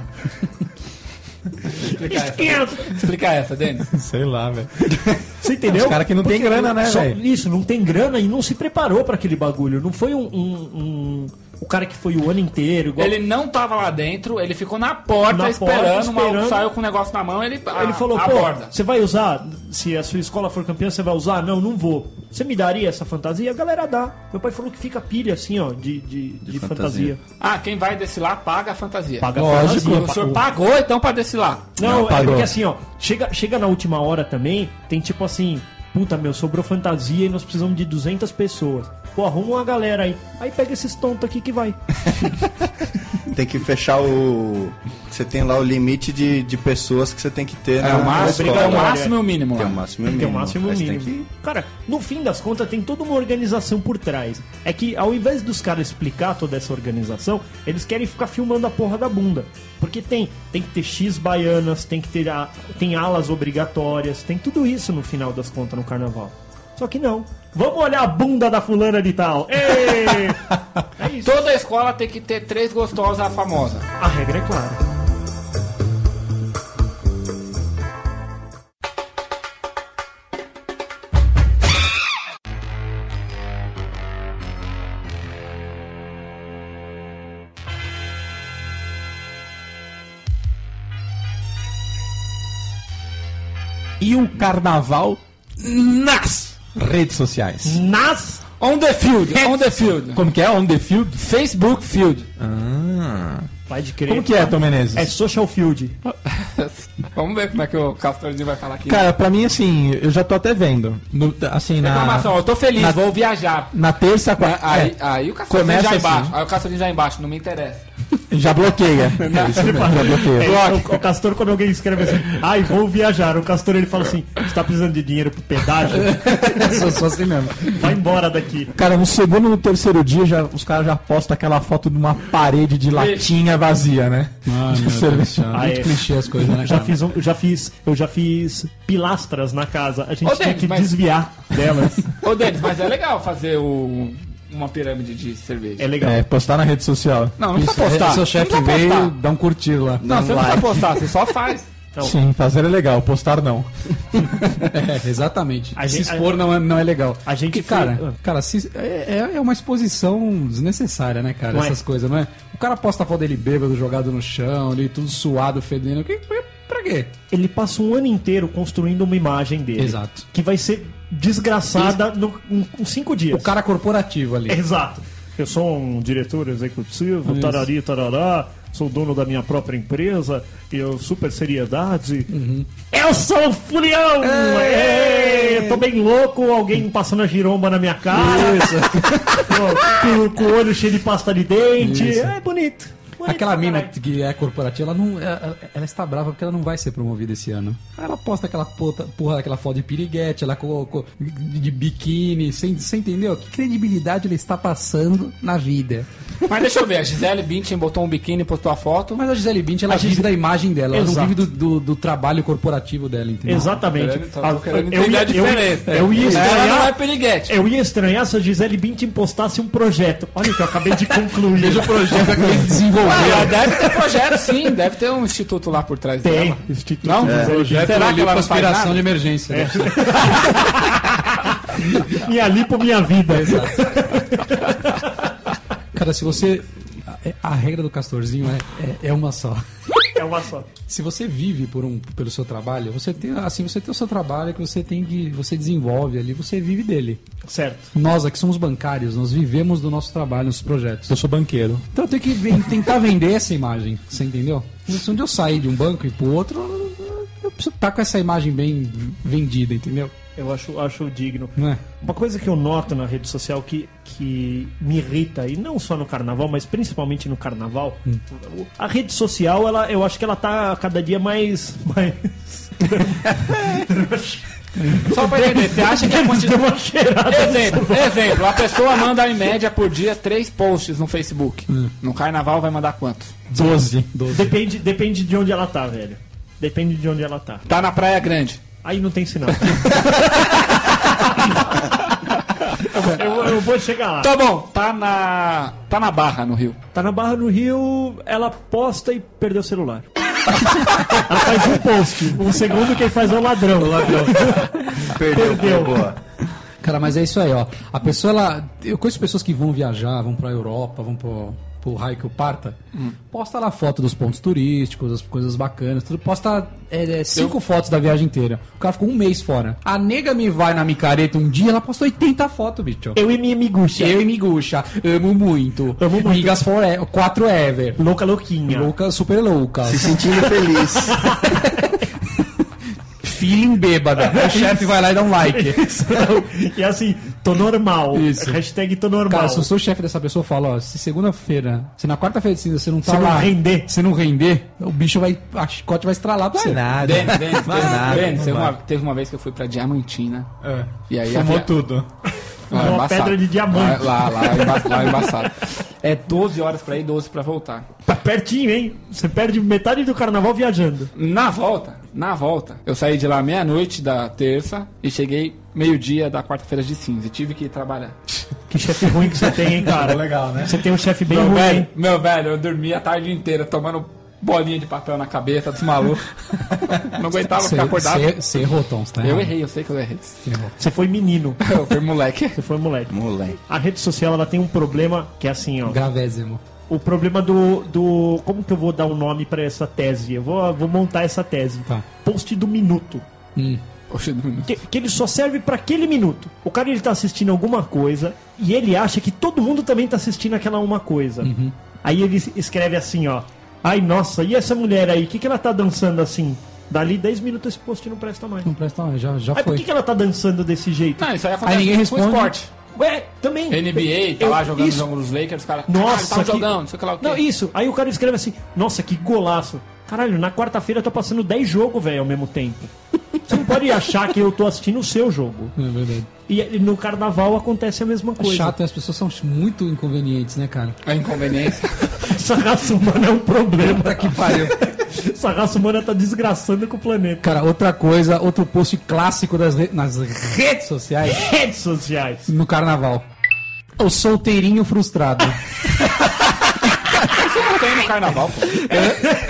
[SPEAKER 3] Explica essa.
[SPEAKER 2] Esquenta!
[SPEAKER 3] Explica essa, Denis.
[SPEAKER 1] Sei lá, velho.
[SPEAKER 2] Você entendeu?
[SPEAKER 1] Os cara que não tem grana, né,
[SPEAKER 2] Só-
[SPEAKER 1] velho?
[SPEAKER 2] Isso, não tem grana e não se preparou pra aquele bagulho. Não foi um. um- um- o cara que foi o ano inteiro, igual.
[SPEAKER 3] Ele não tava lá dentro, ele ficou na porta
[SPEAKER 2] Na
[SPEAKER 3] esperando,
[SPEAKER 2] porta,
[SPEAKER 3] o maluco
[SPEAKER 2] esperando.
[SPEAKER 3] saiu com o negócio na mão, ele, ah,
[SPEAKER 2] ele falou, pô,
[SPEAKER 3] aborda.
[SPEAKER 2] você vai usar? Se a sua escola for campeã, você vai usar? Não, não vou. Você me daria essa fantasia? A galera dá. Meu pai falou que fica pilha assim, ó, de, de, de fantasia.
[SPEAKER 6] fantasia.
[SPEAKER 3] Ah, quem vai desfilar paga a fantasia.
[SPEAKER 2] Paga
[SPEAKER 3] Lógico,
[SPEAKER 2] a fantasia.
[SPEAKER 3] o senhor pagou então pra desfilar.
[SPEAKER 2] Não, é porque assim, ó, chega, chega na última hora também, tem tipo assim, puta meu, sobrou fantasia e nós precisamos de 200 pessoas. Pô, arruma uma galera aí. Aí pega esses tontos aqui que vai.
[SPEAKER 6] Tem que fechar o. Você tem lá o limite de, de pessoas que você tem que ter
[SPEAKER 3] É
[SPEAKER 6] na
[SPEAKER 3] o máximo,
[SPEAKER 6] escola.
[SPEAKER 3] é o máximo e o mínimo.
[SPEAKER 6] Tem
[SPEAKER 3] lá.
[SPEAKER 6] o máximo e o
[SPEAKER 2] Tem que ter o
[SPEAKER 6] mínimo.
[SPEAKER 2] máximo e o
[SPEAKER 6] Mas tem
[SPEAKER 2] mínimo.
[SPEAKER 6] que-
[SPEAKER 2] Cara, no fim das contas tem toda uma organização por trás. É que ao invés dos caras explicar toda essa organização, eles querem ficar filmando a porra da bunda. Porque tem, tem que ter X baianas, tem que ter a, tem alas obrigatórias, tem tudo isso no final das contas no carnaval. Só que não. Vamos olhar a bunda da fulana de tal. Ê! é isso.
[SPEAKER 3] Toda escola tem que ter três gostosas famosas.
[SPEAKER 2] A regra é clara.
[SPEAKER 1] E o carnaval nas redes sociais.
[SPEAKER 2] Nas
[SPEAKER 3] On the field, on the field.
[SPEAKER 1] Como que é? On the field?
[SPEAKER 3] Facebook field.
[SPEAKER 2] vai de crer.
[SPEAKER 1] Como que é, Tom Menezes?
[SPEAKER 2] É social field.
[SPEAKER 3] Vamos ver como é que o Castorzinho vai falar aqui.
[SPEAKER 1] Cara, pra mim, assim, eu já tô até vendo. No- assim, na,
[SPEAKER 3] Reclamação, eu tô feliz,
[SPEAKER 1] na-
[SPEAKER 3] vou viajar.
[SPEAKER 1] na terça, quarta.
[SPEAKER 3] Aí,
[SPEAKER 1] é,
[SPEAKER 3] aí o Castorzinho
[SPEAKER 1] Começa
[SPEAKER 3] já
[SPEAKER 1] assim.
[SPEAKER 3] embaixo. Aí o Castorzinho já embaixo, não me interessa.
[SPEAKER 1] já bloqueia. É isso mesmo, já bloqueia.
[SPEAKER 2] É, o, o Castor, quando alguém escreve assim, ai, vou viajar, o Castor ele fala assim: você tá precisando de dinheiro pro pedágio?
[SPEAKER 5] sou, sou assim mesmo.
[SPEAKER 2] Vai embora daqui.
[SPEAKER 1] Cara, no segundo no terceiro dia, já, os caras já postam aquela foto de uma parede de latinha vazia, né?
[SPEAKER 5] Ah, meu Deus do céu.
[SPEAKER 2] Ah,
[SPEAKER 5] Muito
[SPEAKER 2] é.
[SPEAKER 5] clichê as coisas, né,
[SPEAKER 2] Já
[SPEAKER 5] cara?
[SPEAKER 2] fiz, um- eu já fiz, eu já fiz pilastras na casa. A gente
[SPEAKER 3] Ô,
[SPEAKER 2] tinha
[SPEAKER 3] Denis,
[SPEAKER 2] que
[SPEAKER 3] mas-
[SPEAKER 2] desviar delas.
[SPEAKER 3] Ô, Denis, mas é legal fazer o- uma pirâmide de cerveja.
[SPEAKER 2] É legal.
[SPEAKER 1] É, postar na rede social.
[SPEAKER 3] Não, não precisa
[SPEAKER 5] É,
[SPEAKER 3] postar.
[SPEAKER 5] Seu
[SPEAKER 3] não
[SPEAKER 5] chefe
[SPEAKER 3] precisa
[SPEAKER 5] veio,
[SPEAKER 3] postar.
[SPEAKER 5] dá um curtir lá.
[SPEAKER 3] Não, você não precisa postar, você só faz.
[SPEAKER 2] Então,
[SPEAKER 1] Sim, fazer é legal, postar não.
[SPEAKER 5] É, exatamente.
[SPEAKER 2] A
[SPEAKER 5] se
[SPEAKER 2] gente-
[SPEAKER 5] expor não, é, não é legal.
[SPEAKER 2] A gente
[SPEAKER 5] Porque,
[SPEAKER 2] foi-
[SPEAKER 5] cara,
[SPEAKER 2] Ah.
[SPEAKER 5] cara se- é, é- é uma exposição desnecessária, né, cara?
[SPEAKER 2] Não é.
[SPEAKER 5] Essas coisas, não é? O cara posta a foto dele bêbado, jogado no chão, ali, tudo suado, fedendo. Que, pra quê?
[SPEAKER 2] ele passa um ano inteiro construindo uma imagem dele.
[SPEAKER 5] Exato.
[SPEAKER 2] Que vai ser desgraçada no, em, em cinco dias.
[SPEAKER 5] O cara corporativo ali.
[SPEAKER 2] Exato. Eu sou um diretor executivo,
[SPEAKER 5] Isso.
[SPEAKER 2] tarari, tarará, sou dono da minha própria empresa, eu super seriedade.
[SPEAKER 5] Uhum.
[SPEAKER 2] Eu sou o Furião! Ê, Tô bem louco, alguém passando a giromba na minha cara, com, com o olho cheio de pasta de dente.
[SPEAKER 5] Isso.
[SPEAKER 2] É bonito. bonito
[SPEAKER 5] Aquela
[SPEAKER 2] pra
[SPEAKER 5] mina
[SPEAKER 2] caralho.
[SPEAKER 5] que é corporativa, ela não. Ela, ela está brava porque ela não vai ser promovida esse ano. Ela posta aquela puta- porra, aquela foto de piriguete, ela colocou de biquíni, sem, você entendeu? Que credibilidade ela está passando na vida.
[SPEAKER 3] Mas deixa eu ver, a Gisele Bündchen botou um biquíni e postou a foto.
[SPEAKER 5] Mas a Gisele Bündchen, ela
[SPEAKER 2] A
[SPEAKER 5] vive
[SPEAKER 2] Gise-
[SPEAKER 5] da imagem dela, ela
[SPEAKER 2] Exato.
[SPEAKER 5] não vive do, do- do trabalho corporativo dela, entendeu?
[SPEAKER 2] Exatamente.
[SPEAKER 3] tá Querendo- tava
[SPEAKER 2] Ah,
[SPEAKER 3] querendo
[SPEAKER 2] eu,
[SPEAKER 3] entender
[SPEAKER 2] ia,
[SPEAKER 3] a diferença.
[SPEAKER 2] eu, eu ia
[SPEAKER 3] Ela não é
[SPEAKER 2] estranhar.
[SPEAKER 3] periguete.
[SPEAKER 2] Eu ia estranhar se a Gisele Bündchen postasse um projeto. Olha o que eu acabei de concluir.
[SPEAKER 5] projeto que ele
[SPEAKER 3] Ah,
[SPEAKER 5] desenvolveu.
[SPEAKER 3] ela deve ter projeto, sim. Deve ter um instituto lá por trás
[SPEAKER 2] Tem.
[SPEAKER 3] dela.
[SPEAKER 2] Instituto
[SPEAKER 3] Não? é,
[SPEAKER 2] Gisele Bündchen.
[SPEAKER 3] Será que ela não faz
[SPEAKER 5] Conspiração de
[SPEAKER 3] nada? É.
[SPEAKER 5] emergência. né?
[SPEAKER 2] Minha lipo, minha vida.
[SPEAKER 5] Cara, se você. A, a regra do Castorzinho é- é, é uma só.
[SPEAKER 2] É uma só.
[SPEAKER 5] se você vive por um, pelo seu trabalho, você tem assim, você tem o seu trabalho que você tem que você desenvolve ali, você vive dele.
[SPEAKER 2] Certo.
[SPEAKER 5] Nós aqui somos bancários, nós vivemos do nosso trabalho, nos projetos.
[SPEAKER 1] Eu sou banqueiro.
[SPEAKER 5] Então eu tenho que ven- tentar vender essa imagem, você entendeu? Se um dia eu sair de um banco e pro outro, eu precisa estar com essa imagem bem vendida, entendeu?
[SPEAKER 2] Eu acho, acho digno.
[SPEAKER 5] Não é?
[SPEAKER 2] Uma coisa que eu noto na rede social que, que me irrita, e não só no carnaval, mas principalmente no carnaval, a rede social, ela, eu acho que ela tá a cada dia mais. mais...
[SPEAKER 3] Só pra entender, você acha que a
[SPEAKER 2] Deu
[SPEAKER 3] quantidade.
[SPEAKER 2] uma cheirada.
[SPEAKER 3] Exemplo, exemplo, a pessoa manda em média por dia três posts no Facebook. No carnaval vai mandar quantos?
[SPEAKER 1] 12.
[SPEAKER 2] Depende, depende de onde ela tá, velho. Depende de onde ela tá.
[SPEAKER 3] Tá na Praia Grande.
[SPEAKER 2] Aí não tem sinal. eu, vou- eu vou chegar lá.
[SPEAKER 3] Tá bom, tá na. tá na Barra no Rio.
[SPEAKER 2] Tá na Barra no Rio, ela posta e perdeu o celular. ela faz um post. O segundo quem faz é o ladrão.
[SPEAKER 6] Perdeu,
[SPEAKER 2] Perdeu.
[SPEAKER 6] perdeu. Boa.
[SPEAKER 5] Cara, mas é isso aí, ó. A pessoa, ela. Eu conheço pessoas que vão viajar, vão pra Europa, vão pro, pro raio que eu parta. Posta lá foto dos pontos turísticos, as coisas bacanas, tudo. Posta é, é, cinco fotos da viagem inteira. O cara ficou um mês fora. A nega me vai na micareta um dia, ela postou 80 fotos, bicho.
[SPEAKER 2] Eu e minha miguxa.
[SPEAKER 5] Eu e Miguxa, amo muito. Ah.
[SPEAKER 2] Amo muito.
[SPEAKER 5] Migas forever, quatro ever.
[SPEAKER 2] Louca louquinha.
[SPEAKER 5] Louca, super louca.
[SPEAKER 6] Se sentindo feliz.
[SPEAKER 5] Feeling bêbada. o chefe vai lá e dá um like.
[SPEAKER 2] e assim, tô normal.
[SPEAKER 5] Isso.
[SPEAKER 2] Hashtag tô normal.
[SPEAKER 5] Cara, se eu sou o chefe dessa pessoa, eu falo, ó, se segunda-feira, se na quarta-feira de cinza você não tá
[SPEAKER 2] Se não
[SPEAKER 5] lá,
[SPEAKER 2] render.
[SPEAKER 5] se não render, o bicho vai, a chicote vai estralar pra você.
[SPEAKER 1] é Nada.
[SPEAKER 3] Denis, Denis,
[SPEAKER 1] Vai nada,
[SPEAKER 3] Denis,
[SPEAKER 1] não
[SPEAKER 3] teve,
[SPEAKER 1] vai.
[SPEAKER 3] uma, teve uma vez que eu fui pra Diamantina. E aí
[SPEAKER 1] É, Fumou
[SPEAKER 3] havia-
[SPEAKER 1] tudo.
[SPEAKER 3] Lá,
[SPEAKER 2] Uma
[SPEAKER 3] embaçado.
[SPEAKER 2] pedra de diamante.
[SPEAKER 3] Lá, lá, lá, emba- lá embaçado. É 12 horas pra ir, 12 pra voltar.
[SPEAKER 2] Tá pertinho, hein? Você perde metade do carnaval viajando.
[SPEAKER 3] Na volta, na volta, eu saí de lá meia-noite da terça e cheguei meio-dia da quarta-feira de cinza e tive que ir trabalhar.
[SPEAKER 2] Que chefe ruim que você tem, hein, cara? legal, né? Você tem um chefe bem
[SPEAKER 3] Meu
[SPEAKER 2] ruim.
[SPEAKER 3] velho,
[SPEAKER 2] hein?
[SPEAKER 3] meu velho, eu dormi a tarde inteira tomando bolinha de papel na cabeça dos malucos. Não aguentava
[SPEAKER 5] Você
[SPEAKER 3] ficar acordado.
[SPEAKER 5] você- você errou, Tom, você tá
[SPEAKER 3] Eu
[SPEAKER 5] errado.
[SPEAKER 3] errei, eu sei que eu errei.
[SPEAKER 5] Você errou.
[SPEAKER 2] Você foi menino.
[SPEAKER 3] Eu fui moleque.
[SPEAKER 2] Você foi moleque.
[SPEAKER 6] Moleque.
[SPEAKER 2] A rede social, ela tem um problema que é assim, ó.
[SPEAKER 5] Gravésimo.
[SPEAKER 2] O problema do, do. Como que eu vou dar um nome pra essa tese? Eu vou, vou montar essa tese.
[SPEAKER 5] Tá.
[SPEAKER 2] Post do minuto.
[SPEAKER 3] Poxa, dormi.
[SPEAKER 2] Que, que ele só serve pra aquele minuto. O cara ele tá assistindo alguma coisa e ele acha que todo mundo também tá assistindo aquela uma coisa.
[SPEAKER 5] Uhum.
[SPEAKER 2] Aí ele es- escreve assim, ó. Ai, nossa, e essa mulher aí? O que, que ela tá dançando assim? Dali 10 minutos esse post não presta mais.
[SPEAKER 5] Não presta mais, já, já
[SPEAKER 2] Aí por
[SPEAKER 5] foi.
[SPEAKER 2] que, que ela tá dançando desse jeito?
[SPEAKER 3] Não, isso aí acontece
[SPEAKER 5] Aí ninguém
[SPEAKER 3] com
[SPEAKER 5] responde.
[SPEAKER 3] esporte.
[SPEAKER 2] Ué, também.
[SPEAKER 3] NBA, tá
[SPEAKER 2] Eu-
[SPEAKER 3] lá jogando o
[SPEAKER 2] isso-
[SPEAKER 3] jogo dos Lakers, os caras.
[SPEAKER 2] Nossa,
[SPEAKER 3] tá
[SPEAKER 2] que-
[SPEAKER 3] jogando, não sei o que lá o quê.
[SPEAKER 2] Não, isso. Aí o cara escreve assim: Nossa, que golaço. Caralho, na quarta-feira eu tô passando 10 jogos, velho, ao mesmo tempo. Você não pode achar que eu tô assistindo o seu jogo.
[SPEAKER 5] É verdade.
[SPEAKER 2] E e no carnaval acontece a mesma
[SPEAKER 5] É
[SPEAKER 2] coisa.
[SPEAKER 5] Chato, as pessoas são muito inconvenientes, né, cara?
[SPEAKER 3] É inconveniência.
[SPEAKER 2] Essa raça humana é um problema.
[SPEAKER 5] Que pariu.
[SPEAKER 2] Essa raça humana tá desgraçando com o planeta.
[SPEAKER 5] Cara, outra coisa, outro post clássico das re- nas redes sociais.
[SPEAKER 2] Redes sociais.
[SPEAKER 5] no carnaval. O solteirinho frustrado.
[SPEAKER 3] Isso não tem no carnaval, pô.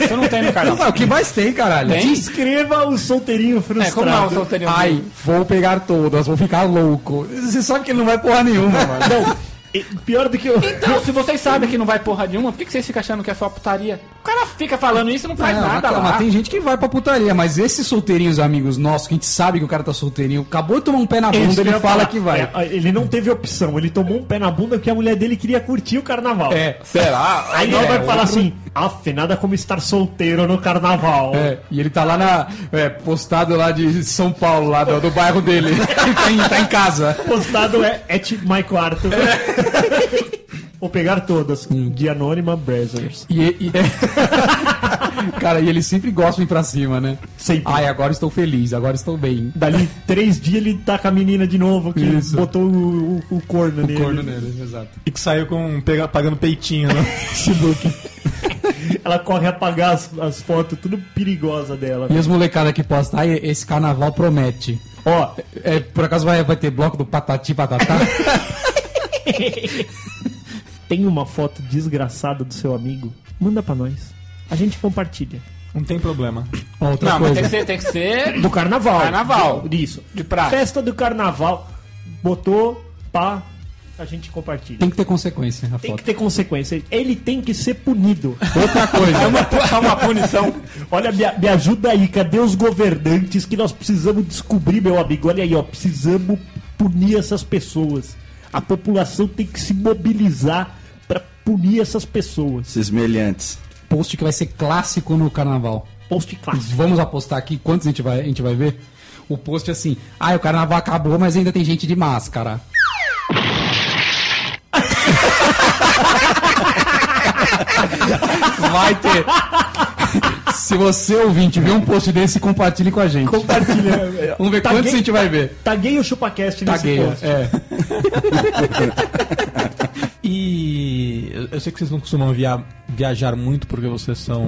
[SPEAKER 3] Isso não tem no carnaval.
[SPEAKER 5] o que mais tem, caralho?
[SPEAKER 3] Tem?
[SPEAKER 2] Escreva o solteirinho
[SPEAKER 3] É, como não,
[SPEAKER 2] frustrado.
[SPEAKER 3] só teria
[SPEAKER 5] Ai, vou pegar todas, vou ficar louco. Você sabe que ele não vai porra nenhuma, mano.
[SPEAKER 2] E Pior do que eu.
[SPEAKER 3] Então, se vocês sabem que não vai porra nenhuma, por que, que vocês ficam achando que é só putaria? O cara fica falando isso e não faz
[SPEAKER 5] Não,
[SPEAKER 3] nada
[SPEAKER 5] mas calma,
[SPEAKER 3] lá.
[SPEAKER 5] tem gente que vai pra putaria, mas esses solteirinhos amigos nossos, que a gente sabe que o cara tá solteirinho, acabou de tomar um pé na
[SPEAKER 2] Isso
[SPEAKER 5] bunda,
[SPEAKER 2] eu
[SPEAKER 5] ele
[SPEAKER 2] ia
[SPEAKER 5] fala
[SPEAKER 2] falar.
[SPEAKER 5] que vai.
[SPEAKER 2] É, ele não teve opção. Ele tomou um pé na bunda porque a mulher dele queria curtir o carnaval.
[SPEAKER 5] É,
[SPEAKER 3] Será?
[SPEAKER 2] Aí ela vai falar assim, afinada como estar solteiro no carnaval.
[SPEAKER 5] é, e ele tá lá na. é, postado lá de São Paulo, lá do, do bairro dele. tá, em, tá em casa.
[SPEAKER 2] Postado é at my quarto.
[SPEAKER 5] É.
[SPEAKER 2] Vou pegar todas.
[SPEAKER 5] Hum.
[SPEAKER 2] De Anônima Brazzers.
[SPEAKER 5] E, e- é. Cara, e eles sempre gostam de ir pra cima, né?
[SPEAKER 2] Sempre.
[SPEAKER 5] Ai, agora estou feliz, agora estou bem.
[SPEAKER 2] Dali três dias ele tá com a menina de novo que
[SPEAKER 5] Isso.
[SPEAKER 2] botou o, o, o corno nele.
[SPEAKER 5] nele, exato.
[SPEAKER 1] E que saiu com pega- pagando peitinho né? no Facebook.
[SPEAKER 2] Ela corre apagar as, as fotos, tudo perigosa dela.
[SPEAKER 5] E as molecadas que postam, ai, esse carnaval promete.
[SPEAKER 2] Ó,
[SPEAKER 5] É, por acaso vai, vai ter bloco do Patati Patatá?
[SPEAKER 2] tem uma foto desgraçada do seu amigo? Manda pra nós. A gente compartilha.
[SPEAKER 1] Não tem problema.
[SPEAKER 5] Ó, Outra
[SPEAKER 3] Não, mas tem que
[SPEAKER 5] coisa.
[SPEAKER 3] ser, tem que ser
[SPEAKER 2] Do carnaval.
[SPEAKER 3] Carnaval.
[SPEAKER 2] Isso.
[SPEAKER 3] de praia.
[SPEAKER 2] Festa do carnaval. Botou, pá, a gente compartilha.
[SPEAKER 5] Tem que ter consequência a
[SPEAKER 2] Tem que
[SPEAKER 5] foto.
[SPEAKER 2] ter consequência. Ele tem que ser punido.
[SPEAKER 5] Outra coisa.
[SPEAKER 3] É uma punição.
[SPEAKER 2] Olha, me, me ajuda aí. Cadê os governantes que nós precisamos descobrir, meu amigo? Olha aí, ó. Precisamos punir essas pessoas. A população tem que se mobilizar pra punir essas pessoas.
[SPEAKER 6] Esses meliantes.
[SPEAKER 5] post que vai ser clássico no carnaval.
[SPEAKER 2] Post clássico.
[SPEAKER 5] Vamos apostar aqui quantos a gente vai, a gente vai ver? O post é assim: ah, o carnaval acabou, mas ainda tem gente de máscara. Vai ter. Se você ouvinte vê um post desse, compartilhe com a gente.
[SPEAKER 2] Compartilha.
[SPEAKER 5] Vamos ver quantos a gente vai ver.
[SPEAKER 2] Taguei o ChupaCast nesse
[SPEAKER 5] Taguei.
[SPEAKER 2] post.
[SPEAKER 5] É.
[SPEAKER 1] E eu- eu sei que vocês não costumam via- viajar muito porque vocês são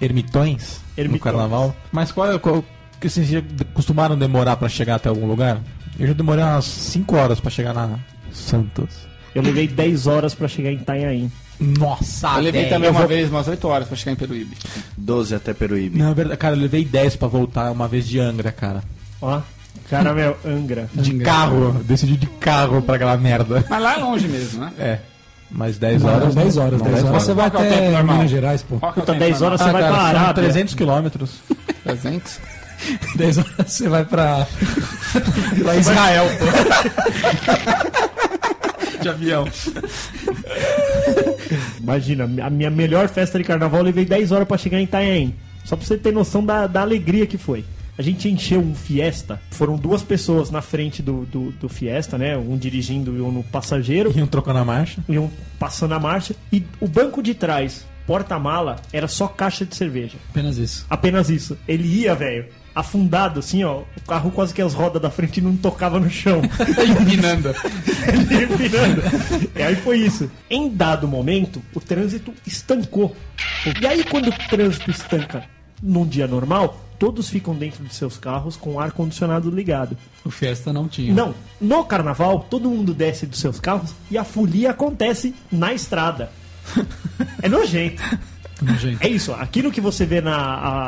[SPEAKER 1] ermitões no
[SPEAKER 2] Ermitões.
[SPEAKER 1] carnaval. Mas qual é qual, que vocês já de- costumaram demorar pra chegar até algum lugar? Eu já demorei umas 5 horas pra chegar na Santos.
[SPEAKER 2] Eu levei 10 horas pra chegar em Itanhaém.
[SPEAKER 1] Nossa,
[SPEAKER 3] Eu levei
[SPEAKER 1] velho.
[SPEAKER 3] também
[SPEAKER 1] Eu
[SPEAKER 3] uma
[SPEAKER 1] vou-
[SPEAKER 3] vez umas 8 horas pra chegar em Peruíbe.
[SPEAKER 6] 12 até Peruíbe.
[SPEAKER 1] Não, é verdade, cara, eu levei 10 pra voltar uma vez de Angra, cara.
[SPEAKER 2] Ó, cara, meu, Angra.
[SPEAKER 1] De carro, decidi de carro pra aquela merda.
[SPEAKER 3] Mas lá é longe mesmo, né?
[SPEAKER 1] É, mais 10
[SPEAKER 5] Horas,
[SPEAKER 1] horas. né?
[SPEAKER 5] 10 horas, 10 horas. Você vai
[SPEAKER 3] Qual que é o
[SPEAKER 5] até
[SPEAKER 3] tempo normal?
[SPEAKER 5] Minas Gerais, pô.
[SPEAKER 3] Qual que é o
[SPEAKER 2] Puta,
[SPEAKER 3] tempo
[SPEAKER 2] 10 horas
[SPEAKER 1] Ah,
[SPEAKER 2] você vai
[SPEAKER 1] cara,
[SPEAKER 2] pra
[SPEAKER 1] são
[SPEAKER 2] Arábia.
[SPEAKER 1] 300 quilômetros.
[SPEAKER 3] normal? 300?
[SPEAKER 5] 10 horas você vai pra, pra Israel, pô.
[SPEAKER 3] De avião.
[SPEAKER 2] Imagina, a minha melhor festa de carnaval eu levei 10 horas pra chegar em Itanhaém. Só pra você ter noção da, da alegria que foi. A gente encheu um Fiesta, foram duas pessoas na frente do, do, do Fiesta, né? Um dirigindo e um no passageiro.
[SPEAKER 1] Iam trocando a marcha.
[SPEAKER 2] iam passando a marcha e o banco de trás, porta-mala, era só caixa de cerveja.
[SPEAKER 5] Apenas isso.
[SPEAKER 2] Apenas isso. Ele ia, velho, afundado assim, ó. O carro quase que as rodas da frente não tocava no chão.
[SPEAKER 5] Iluminando.
[SPEAKER 2] Ele ia virando. E aí foi isso. Em dado momento, o trânsito estancou. E aí quando o trânsito estanca num dia normal, todos ficam dentro de seus carros com o ar condicionado ligado.
[SPEAKER 5] O Fiesta não tinha.
[SPEAKER 2] Não, no carnaval todo mundo desce dos seus carros e a folia acontece na estrada. É nojento.
[SPEAKER 5] Nojento.
[SPEAKER 2] É isso, aquilo que você vê na,